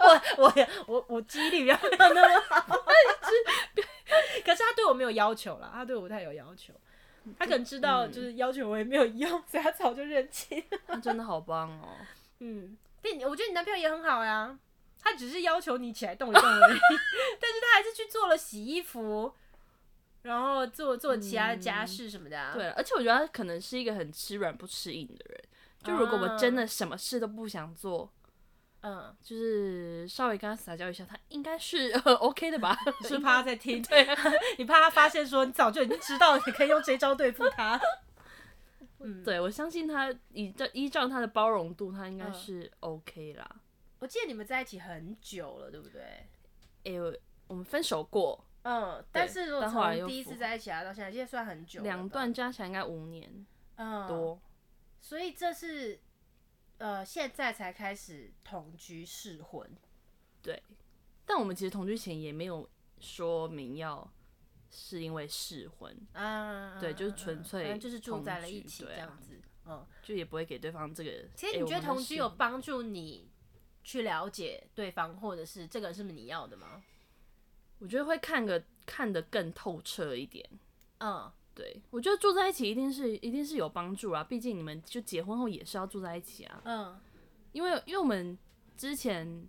Speaker 1: 我我我我记忆力没有那么好， 可是他对我没有要求啦，他对我不太有要求。他可能知道就是要求我也没有用，所以他早就认清。
Speaker 2: 他真的好棒哦、
Speaker 1: 嗯，但你我觉得你男朋友也很好呀、他只是要求你起来动一动而 已，但是他还是去做了洗衣服，然后做做其他的家事什么的、啊
Speaker 2: 对，而且我觉得他可能是一个很吃软不吃硬的人。就如果我真的什么事都不想做，
Speaker 1: 嗯，
Speaker 2: 就是稍微跟他撒娇一下，他应该是、呃、OK 的吧？
Speaker 1: 是怕他在听，对， 你怕他发现说你早就已经知道你可以用这招对付 他。嗯
Speaker 2: 对，我相信他依照依照他的包容度，他应
Speaker 1: 嗯
Speaker 2: 该是 OK 啦。
Speaker 1: 我记得你们在一起很久了，对不对？
Speaker 2: 哎、我我们分手过
Speaker 1: 嗯，但是如果
Speaker 2: 但后来又
Speaker 1: 从第一次在一起啊到现在，现在算很久了吧，
Speaker 2: 两段加起来应该五年
Speaker 1: 啊嗯
Speaker 2: 多，
Speaker 1: 所以这是呃现在才开始同居试婚，
Speaker 2: 但我们其实同居前也没有说明要是因为试婚，
Speaker 1: 啊，
Speaker 2: 对就是
Speaker 1: 嗯嗯
Speaker 2: 纯
Speaker 1: 嗯
Speaker 2: 粹
Speaker 1: 反正就是住
Speaker 2: 同
Speaker 1: 在了
Speaker 2: 居
Speaker 1: 一起
Speaker 2: 对
Speaker 1: 这
Speaker 2: 啊
Speaker 1: 样子。嗯，
Speaker 2: 就也不会给对方这个。
Speaker 1: 其实
Speaker 2: 诶
Speaker 1: 你觉得
Speaker 2: 我们
Speaker 1: 同居
Speaker 2: 是
Speaker 1: 有帮助你去了解对方，或者是这个人是不是你要的吗？
Speaker 2: 我觉得会看个看得更透彻一点。
Speaker 1: 嗯，
Speaker 2: 对，我觉得住在一起一定是一定是有帮助啊，毕竟你们就结婚后也是要住在一起啊。
Speaker 1: 嗯
Speaker 2: 因为因为我们之前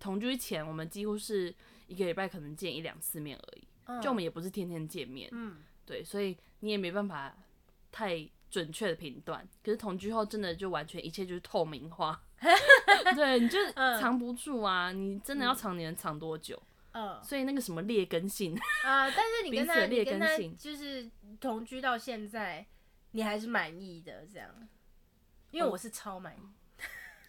Speaker 2: 同居前，我们几乎是一个礼拜可能见一两次面而已，
Speaker 1: 嗯，
Speaker 2: 就我们也不是天天见面，
Speaker 1: 嗯
Speaker 2: 对，所以你也没办法太准确的评断。可是同居后，真的就完全一切就是透 明化，对，你就
Speaker 1: 嗯
Speaker 2: 藏不住啊，你真的要藏，你能藏多久？
Speaker 1: 嗯
Speaker 2: 所以那个什么劣 根性，
Speaker 1: 啊，但是你
Speaker 2: 彼
Speaker 1: 跟
Speaker 2: 此
Speaker 1: 他
Speaker 2: 的
Speaker 1: 你
Speaker 2: 劣
Speaker 1: 跟
Speaker 2: 根
Speaker 1: 他
Speaker 2: 性
Speaker 1: 就是同居到现在，你还是满意的这样。因为
Speaker 2: 嗯
Speaker 1: 我是超满意，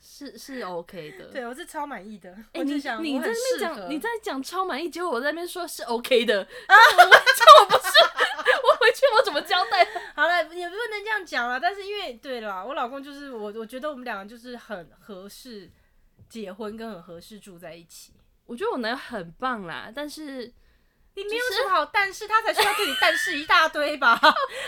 Speaker 2: 是是 OK 的。
Speaker 1: 对我是超满意的。
Speaker 2: 哎、
Speaker 1: 我
Speaker 2: 你
Speaker 1: 就
Speaker 2: 你在
Speaker 1: 想
Speaker 2: 那
Speaker 1: 我很
Speaker 2: 边
Speaker 1: 适合
Speaker 2: 讲你在讲超满意，结果我在那边说是 OK 的，啊， 我这我不是， 我回去我怎么交代？
Speaker 1: 好了，也不能这样讲了。但是因为对啦，我老公就是我，我觉得我们两个就是很合适结婚，跟很合适住在一起。
Speaker 2: 我觉得我男友很棒啦，但是
Speaker 1: 你没有什么好但是，他才需要对你但是一大堆吧？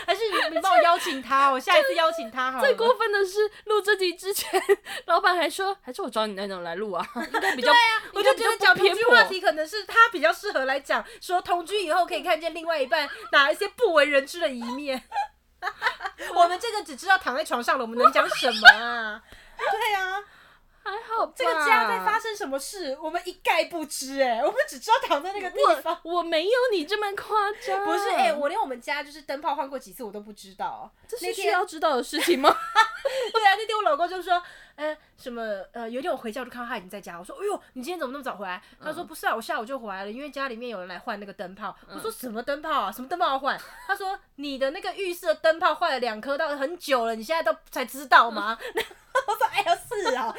Speaker 1: 还是你你帮我邀请他，我下一次邀请他好了。
Speaker 2: 最过分的是录这集之前， 老板还说还是我找你那种来录啊，应该比较，
Speaker 1: 我
Speaker 2: 应
Speaker 1: 就
Speaker 2: 该
Speaker 1: 觉
Speaker 2: 比
Speaker 1: 得
Speaker 2: 较
Speaker 1: 讲
Speaker 2: 不
Speaker 1: 同
Speaker 2: 偏
Speaker 1: 居话
Speaker 2: 颇。
Speaker 1: 题可能是他比较适合来讲，说同居以后可以看见另外一半哪一些不为人知的一面。我们这个只知道躺在床上了，我们能讲什么啊？对啊，
Speaker 2: 还好吧
Speaker 1: 这个家在发生什么事，我们一概不知哎、我们只知道躺在那个地方。
Speaker 2: 我没有你这么夸张，
Speaker 1: 不是哎、我连我们家就是灯泡换过几次我都不知道。
Speaker 2: 这是
Speaker 1: 那
Speaker 2: 需
Speaker 1: 天
Speaker 2: 要知道的事情吗？
Speaker 1: 对啊，那天我老公就说，呃，什么呃，有一天我回家我就看到他已经在家，我说，哎呦，你今天怎么那么早回来？他说不是啊，我下午就回来了，因为家里面有人来换那个灯泡。我说什么灯泡啊？什么灯泡要换？他说你的那个浴室的灯泡坏了两颗，到很久了，你现在都才知道吗？ 我说哎呀是啊，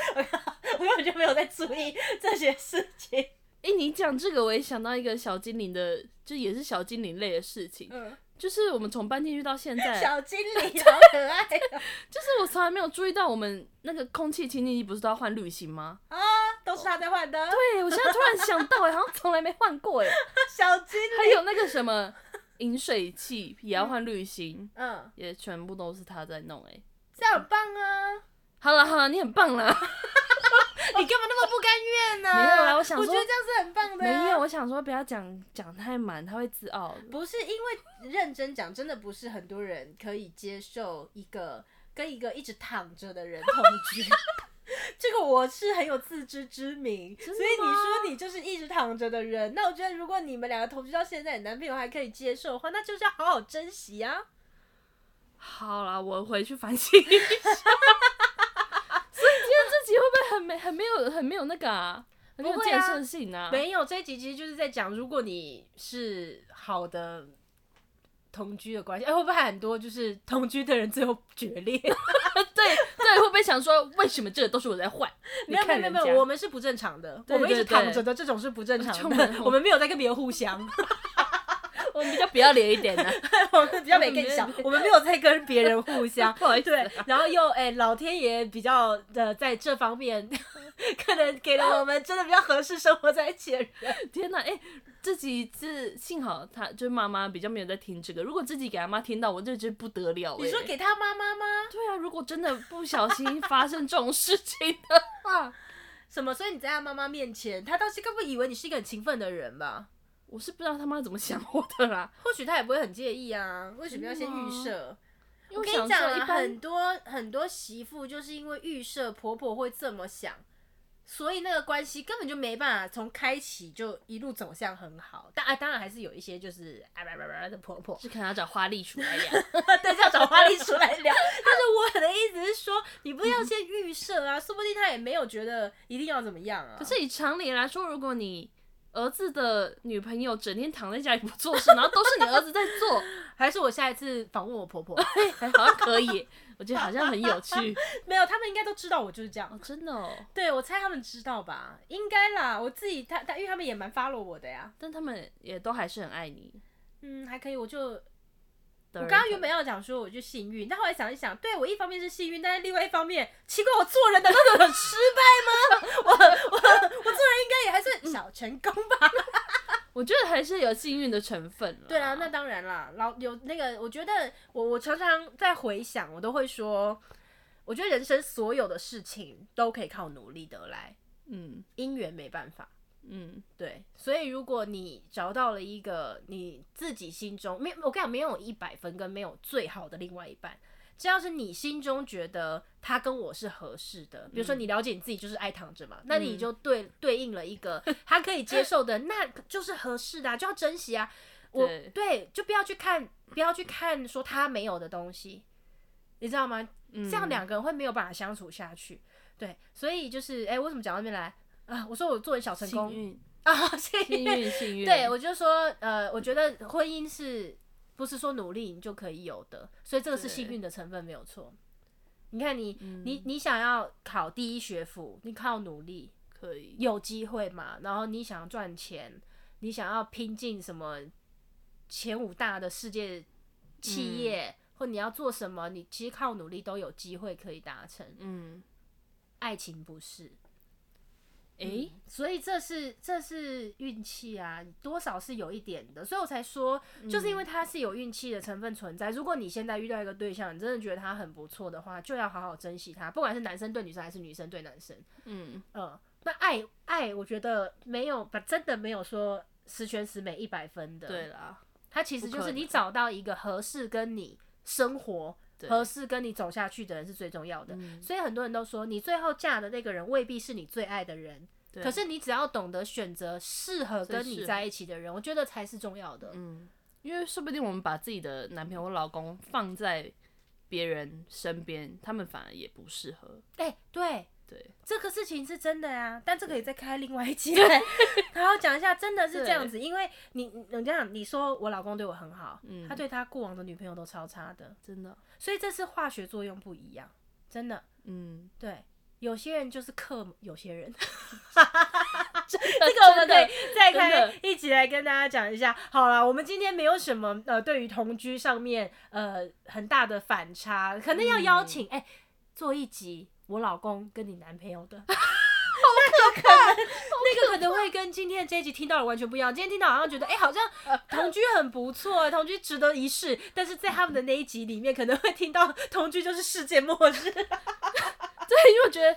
Speaker 1: 我根本就没有在注意这些事情。
Speaker 2: 哎、你讲这个我也想到一个小精灵的，就也是小精灵类的事情，
Speaker 1: 嗯，
Speaker 2: 就是我们从搬进去到现在，
Speaker 1: 小精灵好可 爱哦
Speaker 2: 就是我从来没有注意到我们那个空气清净机不是都要换滤芯吗？
Speaker 1: 啊，都是他在换的。
Speaker 2: 对，我现在突然想到、哎，好像从来没换过哎。
Speaker 1: 小精
Speaker 2: 还
Speaker 1: 灵，
Speaker 2: 有那个什么饮水器也要换滤芯，
Speaker 1: 嗯，
Speaker 2: 也全部都是他在弄哎、
Speaker 1: 这样很棒啊。
Speaker 2: 好了好了，你很棒啦。
Speaker 1: 你干嘛那么不甘愿呢、啊
Speaker 2: 没有啦我想说
Speaker 1: 觉得这样是很棒的、啊
Speaker 2: 没有，，我想说不要讲讲太满，他会自傲。
Speaker 1: 不是因为认真讲，真的不是很多 人可以接受一个跟一个一直躺着的人同居。这个我是很有自知之明，所
Speaker 2: 的
Speaker 1: 以你
Speaker 2: 吗
Speaker 1: 说你就是一直躺着的人，那我觉得如果你们两个同居到现在，你男朋友还可以接受的话，那就是要好好珍惜啊。
Speaker 2: 好啦，我回去反省一下。 所以今天这集会不会很没、很没有、很没有那个啊？很没有
Speaker 1: 不会
Speaker 2: 建
Speaker 1: 啊
Speaker 2: 设性啊？
Speaker 1: 没有这一集其实就是在讲，如果你是好的同居的关系，哎、会不会很多就是同居的人最后决裂？
Speaker 2: 对对，会不会想说为什么这个都是我在换？
Speaker 1: 没有没
Speaker 2: 你
Speaker 1: 有
Speaker 2: 看
Speaker 1: 没有
Speaker 2: 人
Speaker 1: 没
Speaker 2: 家
Speaker 1: 有，我们是不正常的，
Speaker 2: 对
Speaker 1: 我们一直
Speaker 2: 对对
Speaker 1: 躺着的这种是不正
Speaker 2: 就
Speaker 1: 常的
Speaker 2: 我们，
Speaker 1: 我们没有在跟别人互相，
Speaker 2: 我们比较不要脸一点 的、啊
Speaker 1: 我们比较没更小，我们没有在跟别人互相。
Speaker 2: 不好意思。
Speaker 1: 对，然后又哎、老天爷比较呃，在这方面 可能给了我们真的比较合适生活在一起的人。
Speaker 2: 天哪，哎、这集是幸好他就是妈妈比较没有在听这个，如果自己给阿妈听到，我就觉得不得了、哎
Speaker 1: 你说给他妈妈吗？
Speaker 2: 对啊，如果真的不小心发生这种事情 的
Speaker 1: 嗯
Speaker 2: 话，
Speaker 1: 什么？所以你在他妈妈面前，他当时根本以为你是一个很勤奋的人吧？
Speaker 2: 我是不知道他妈怎么想我的啦。
Speaker 1: 或许他也不会很介意啊，为什么要先预设？
Speaker 2: 因为
Speaker 1: 我跟
Speaker 2: 想
Speaker 1: 你
Speaker 2: 说
Speaker 1: 讲啊，
Speaker 2: 一般
Speaker 1: 很多很多媳妇就是因为预设婆婆会这么想，所以那个关系根本就没办法从开启就一路走向很好。但啊，当然还是有一些就是啊吧吧吧的婆婆，
Speaker 2: 是可能要找花栗鼠来养。
Speaker 1: 对，就要找花栗鼠来聊。但是我的意思是说，你不要先预设啊，说不定他也没有觉得一定要怎么样啊。
Speaker 2: 可是以常理来说，如果你儿子的女朋友整天躺在家里不做事，然后都是你儿子在做，
Speaker 1: 还是我下一次访问我婆 婆，
Speaker 2: 哎好像可以，我觉得好像很有趣
Speaker 1: 没有，他们应该都知道我就是这样
Speaker 2: 哦，。真的哦。
Speaker 1: 对，我猜他们知道吧？应该啦，我自己他他，因为他们也蛮 follow 我的呀。
Speaker 2: 但他们也都还是很爱你。
Speaker 1: 嗯，还可以，我就
Speaker 2: 我
Speaker 1: 我刚刚原本要讲说我就幸运，但后来想一想，对我一方面是幸运，但是另外一方面，奇怪，我做人难道有很失败 吗？我我我做人应该也还算小成功吧？
Speaker 2: 我觉得还是有幸运的成分啦
Speaker 1: 对啊，那当然啦，老有那个，我觉得我我常常在回想，我都会说，我觉得人生所有的事情都可以靠努力得来，
Speaker 2: 嗯
Speaker 1: 姻缘没办法。
Speaker 2: 嗯，
Speaker 1: 对，所以如果你找到了一个你自己心中没，有，我跟你讲，没有一百分跟没有最好的另外一半，只要是你心中觉得他跟我是合适的，比如
Speaker 2: 嗯
Speaker 1: 说你了解你自己就是爱躺着嘛，那你就对对应了一个他可以接受的，那就是合适的、啊，就要珍惜啊。我
Speaker 2: 对
Speaker 1: 对，就不要去看，不要去看说他没有的东西，你知道吗？
Speaker 2: 嗯
Speaker 1: 这样两个人会没有办法相处下去。对，所以就是，哎、我怎么讲到这边来啊？我说我做人小成
Speaker 2: 幸
Speaker 1: 功
Speaker 2: 运
Speaker 1: 啊，幸
Speaker 2: 幸运幸运，
Speaker 1: 对，我就说，呃，我觉得婚姻是不是说努力你就可以有的，所以这个是
Speaker 2: 对
Speaker 1: 幸运的成分没有错。你看你，你你想要考第一学府，你靠努力
Speaker 2: 可以。
Speaker 1: 有机会嘛？然后你想赚钱，你想要拼进什么前五大的世界企业，或你要做什么，你其实靠努力都有机会可以达成。
Speaker 2: 嗯，
Speaker 1: 爱情不是，
Speaker 2: 诶、
Speaker 1: 所以这是这是运气啊，多少是有一点的，所以我才说，就是因为它是有运气的成分存在。如果你现在遇到一个对象，你真的觉得他很不错的话，就要好好珍惜他，不管是男生对女生还是女生对男生，
Speaker 2: 嗯，
Speaker 1: 嗯，那爱爱，我觉得没有，真的没有说十全十美一百分的，
Speaker 2: 对啦，
Speaker 1: 它其实
Speaker 2: 不
Speaker 1: 就
Speaker 2: 可
Speaker 1: 是你
Speaker 2: 能
Speaker 1: 找到一个合适跟你生活、
Speaker 2: 对嗯
Speaker 1: 合适跟你走下去的人是最重要的。所以很多人都说，你最后嫁的那个人未必是你最爱的人，
Speaker 2: 对
Speaker 1: 可是你只要懂得选择适合跟
Speaker 2: 最适
Speaker 1: 你
Speaker 2: 合嗯
Speaker 1: 在一起的人，我觉得才是重要的。
Speaker 2: 因为说不定我们把自己的男朋友或老公放在别人身边，他们反而也不适合。
Speaker 1: 哎、对。
Speaker 2: 对，
Speaker 1: 这个事情是真的呀、但这个也再开另外一 集来好好讲一下，真的是这样子，因为你你你这样，你说我老公对我很好，
Speaker 2: 嗯
Speaker 1: 他对他过往的女朋友都超差的，
Speaker 2: 真的，
Speaker 1: 所以这是化学作用不一样，真的。
Speaker 2: 嗯，
Speaker 1: 对，有些人就是克有些人，这
Speaker 2: 这
Speaker 1: 个我们
Speaker 2: 真的
Speaker 1: 可以再
Speaker 2: 真
Speaker 1: 开
Speaker 2: 的
Speaker 1: 一起来跟大家讲一下。好了，我们今天没有什么呃，对于同居上面呃很大的反差，可能要
Speaker 2: 嗯
Speaker 1: 邀请哎、做一集我老公跟你男朋友 的。那个可能会跟今天这一集听到的完全不一样。今天听到好像觉得，哎、好 像同居很不错，同居值得一试。但是在他们的那一集里面，可能会听到同居就是世界末日。
Speaker 2: 对，因为我觉得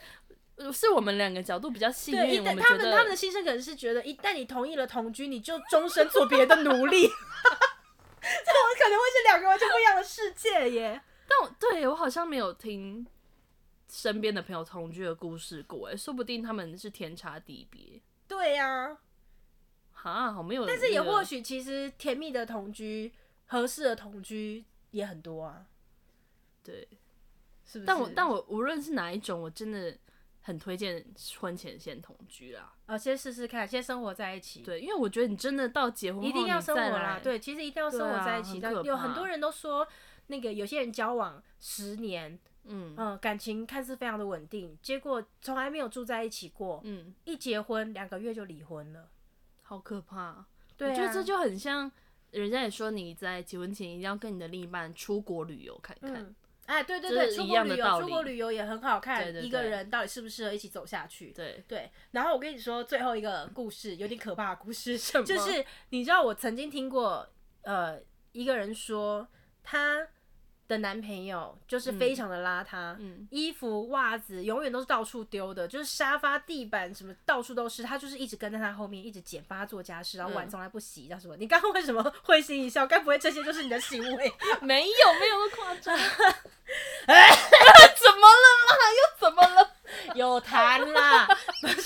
Speaker 2: 呃是我们两个角度比较幸
Speaker 1: 对，一
Speaker 2: 运，我
Speaker 1: 旦
Speaker 2: 们
Speaker 1: 他
Speaker 2: 觉
Speaker 1: 们他们
Speaker 2: 得
Speaker 1: 的心声可能是觉得，一旦你同意了同居，你就终身做别的奴隶。这 我可能会是两个完全不一样的世界耶。
Speaker 2: 但我对我好像没有听身边的朋友同居的故事过，哎，说不定他们是天差地别。
Speaker 1: 对呀、
Speaker 2: 哈，好没有那个，
Speaker 1: 但是也或许其实甜蜜的同居、合适的同居也很多啊，
Speaker 2: 对，
Speaker 1: 是不是？
Speaker 2: 但我但
Speaker 1: 我
Speaker 2: 我无论是哪一种，我真的很推荐婚前先同居啊。
Speaker 1: 呃，先试试看，先生活在一起，，
Speaker 2: 对，因为我觉得你真的到结婚后
Speaker 1: 一定要
Speaker 2: 你
Speaker 1: 生活
Speaker 2: 再
Speaker 1: 啦
Speaker 2: 来，
Speaker 1: 对，其实一定要生
Speaker 2: 对
Speaker 1: 活
Speaker 2: 啊
Speaker 1: 在一起。
Speaker 2: 很
Speaker 1: 但
Speaker 2: 可
Speaker 1: 有
Speaker 2: 怕
Speaker 1: 很多人都说，那个有些人交往十年，
Speaker 2: 嗯
Speaker 1: 嗯、感情看似非常的稳定，结果从来没有住在一起过，
Speaker 2: 嗯，
Speaker 1: 一结婚两个月就离婚了。
Speaker 2: 好可怕。
Speaker 1: 对、啊，
Speaker 2: 我觉得这就很像人家也说你在结婚前一定要跟你的另一半出国旅游看看。
Speaker 1: 嗯，哎，对对
Speaker 2: 这
Speaker 1: 对，
Speaker 2: 是
Speaker 1: 出
Speaker 2: 一
Speaker 1: 国
Speaker 2: 样
Speaker 1: 旅
Speaker 2: 的
Speaker 1: 游，
Speaker 2: 道
Speaker 1: 出
Speaker 2: 理
Speaker 1: 国旅游也很好
Speaker 2: 对
Speaker 1: 看，
Speaker 2: 对
Speaker 1: 一个
Speaker 2: 对
Speaker 1: 人到底适不适合一起走下去。
Speaker 2: 对，
Speaker 1: 对，然后我跟你说最后一个故事，有点可怕的故事，
Speaker 2: 什么
Speaker 1: 就是你知道我曾经听过，呃，一个人说她的男朋友就是非常的邋遢，
Speaker 2: 嗯
Speaker 1: 衣服、袜子永远都是到处丢的，就是沙发、地板什么到处都是，她就是一直跟在他后面，一直捡，帮他做家事，然后碗
Speaker 2: 嗯
Speaker 1: 从来不洗，叫什么？你刚刚为什么会心一笑？该不会这些就是你的行为？
Speaker 2: 没有没有那么夸 张。怎么了啦？又怎么了？
Speaker 1: 有谈啦， 不是，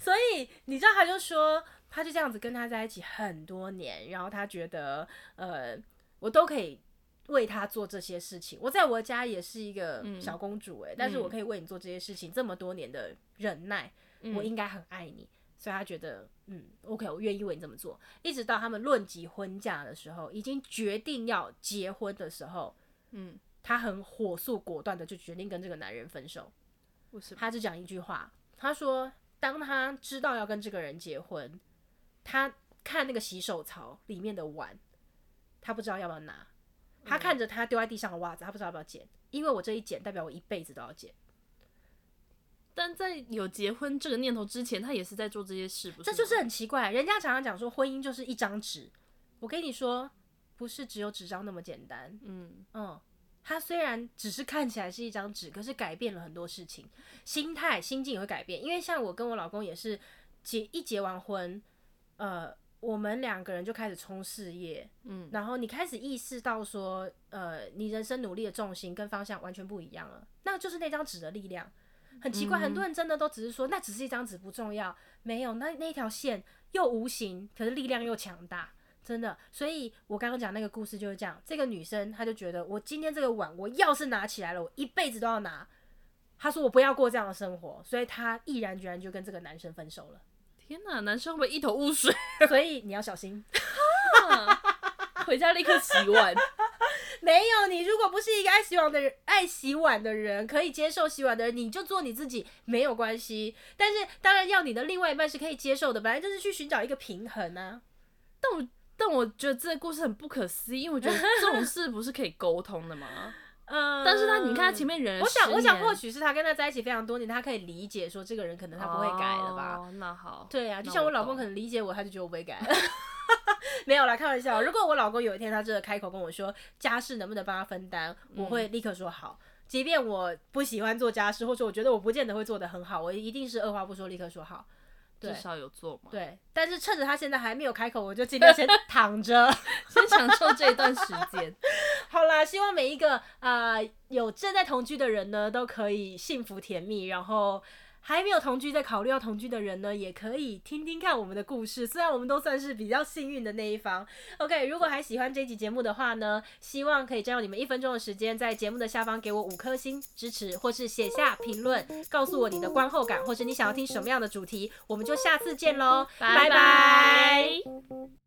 Speaker 1: 所以你知道，他就说，他就这样子跟他在一起很多年，然后他觉得，呃，我都可以为他做这些事情。我在我家也是一个小公主、欸，哎、但是我可以为你做这些事情，这么多年的忍耐，我应该很爱你。所以他觉得，嗯，OK，我愿意为你这么做。一直到他们论及婚嫁的时候，已经决定要结婚的时候，
Speaker 2: 嗯，
Speaker 1: 他很火速果断的就决定跟这个男人分手。
Speaker 2: 为什么？
Speaker 1: 他只讲一句话，他说：“当他知道要跟这个人结婚，他看那个洗手槽里面的碗，他不知道要不要拿；他看着他丢在地上的袜子，他不知道要不要捡，因为我这一捡代表我一辈子都要捡。
Speaker 2: 但在有结婚这个念头之前，他也是在做这些事，不是
Speaker 1: 这
Speaker 2: 吗？
Speaker 1: 就是很奇怪。人家常常讲说，婚姻就是一张纸。我跟你说，不是只有纸张那么简单。
Speaker 2: 嗯，
Speaker 1: 嗯，它虽然只是看起来是一张纸，可是改变了很多事情，心态、心境也会改变。因为像我跟我老公也是结一结完婚，呃，我们两个人就开始冲事业，嗯，然后你开始意识到说，呃，你人生努力的重心跟方向完全不一样了，那就是那张纸的力量。很奇怪，很多人真的都只是说那只是一张纸不重要，没有那那条线又无形，可是力量又强大。真的，所以我刚刚讲那个故事就是这样。这个女生她就觉得，我今天这个碗，我要是拿起来了，我一辈子都要拿。她说我不要过这样的生活，所以她毅然决然就跟这个男生分手了。
Speaker 2: 天哪，男生会不会一头 雾水？
Speaker 1: 所以你要小心， 嗯
Speaker 2: 回家立刻洗碗。
Speaker 1: 没有你，如果不是一个爱洗碗的人，爱洗碗的人，可以接受洗碗的人，你就做你自己，没有关系。但是当然要你的另外一半是可以接受的，本来就是去寻找一个平衡啊。
Speaker 2: 但我 但我觉得这个故事很不可思议，因为我觉得这种事不是可以沟通 的吗？
Speaker 1: 嗯，
Speaker 2: 但是他，你看他前面忍了
Speaker 1: 我想，我想
Speaker 2: 10年
Speaker 1: 或许是他跟他在一起非常多年，他可以理解说这个人可能他不会改了吧。
Speaker 2: 哦、那好，
Speaker 1: 对呀、
Speaker 2: 那
Speaker 1: 就像我老公
Speaker 2: 懂
Speaker 1: 可能理解我，他就觉得我不会改。 没有啦，开玩笑。如果我老公有一天他真的开口跟我说家事能不能帮他分担，我会立刻说好。即便我不喜欢做家事，或者我觉得我不见得会做得很好，我一定是二话不说立刻说好。对
Speaker 2: 至少有做嘛。，
Speaker 1: 对，但是趁着他现在还没有开口，我就尽量先躺着。
Speaker 2: 先享受这一段时 间。
Speaker 1: 好啦，希望每一个啊、呃有正在同居的人呢，都可以幸福甜蜜。然后还没有同居在考虑要同居的人呢，也可以听听看我们的故事。虽然我们都算是比较幸运的那一方。OK，如果还喜欢这期节目的话呢，希望可以占用你们一分钟的时间，在节目的下方给我五颗星支持，或是写下评论，告诉我你的观后感，或是你想要听什么样的主题，我们就下次见喽，拜拜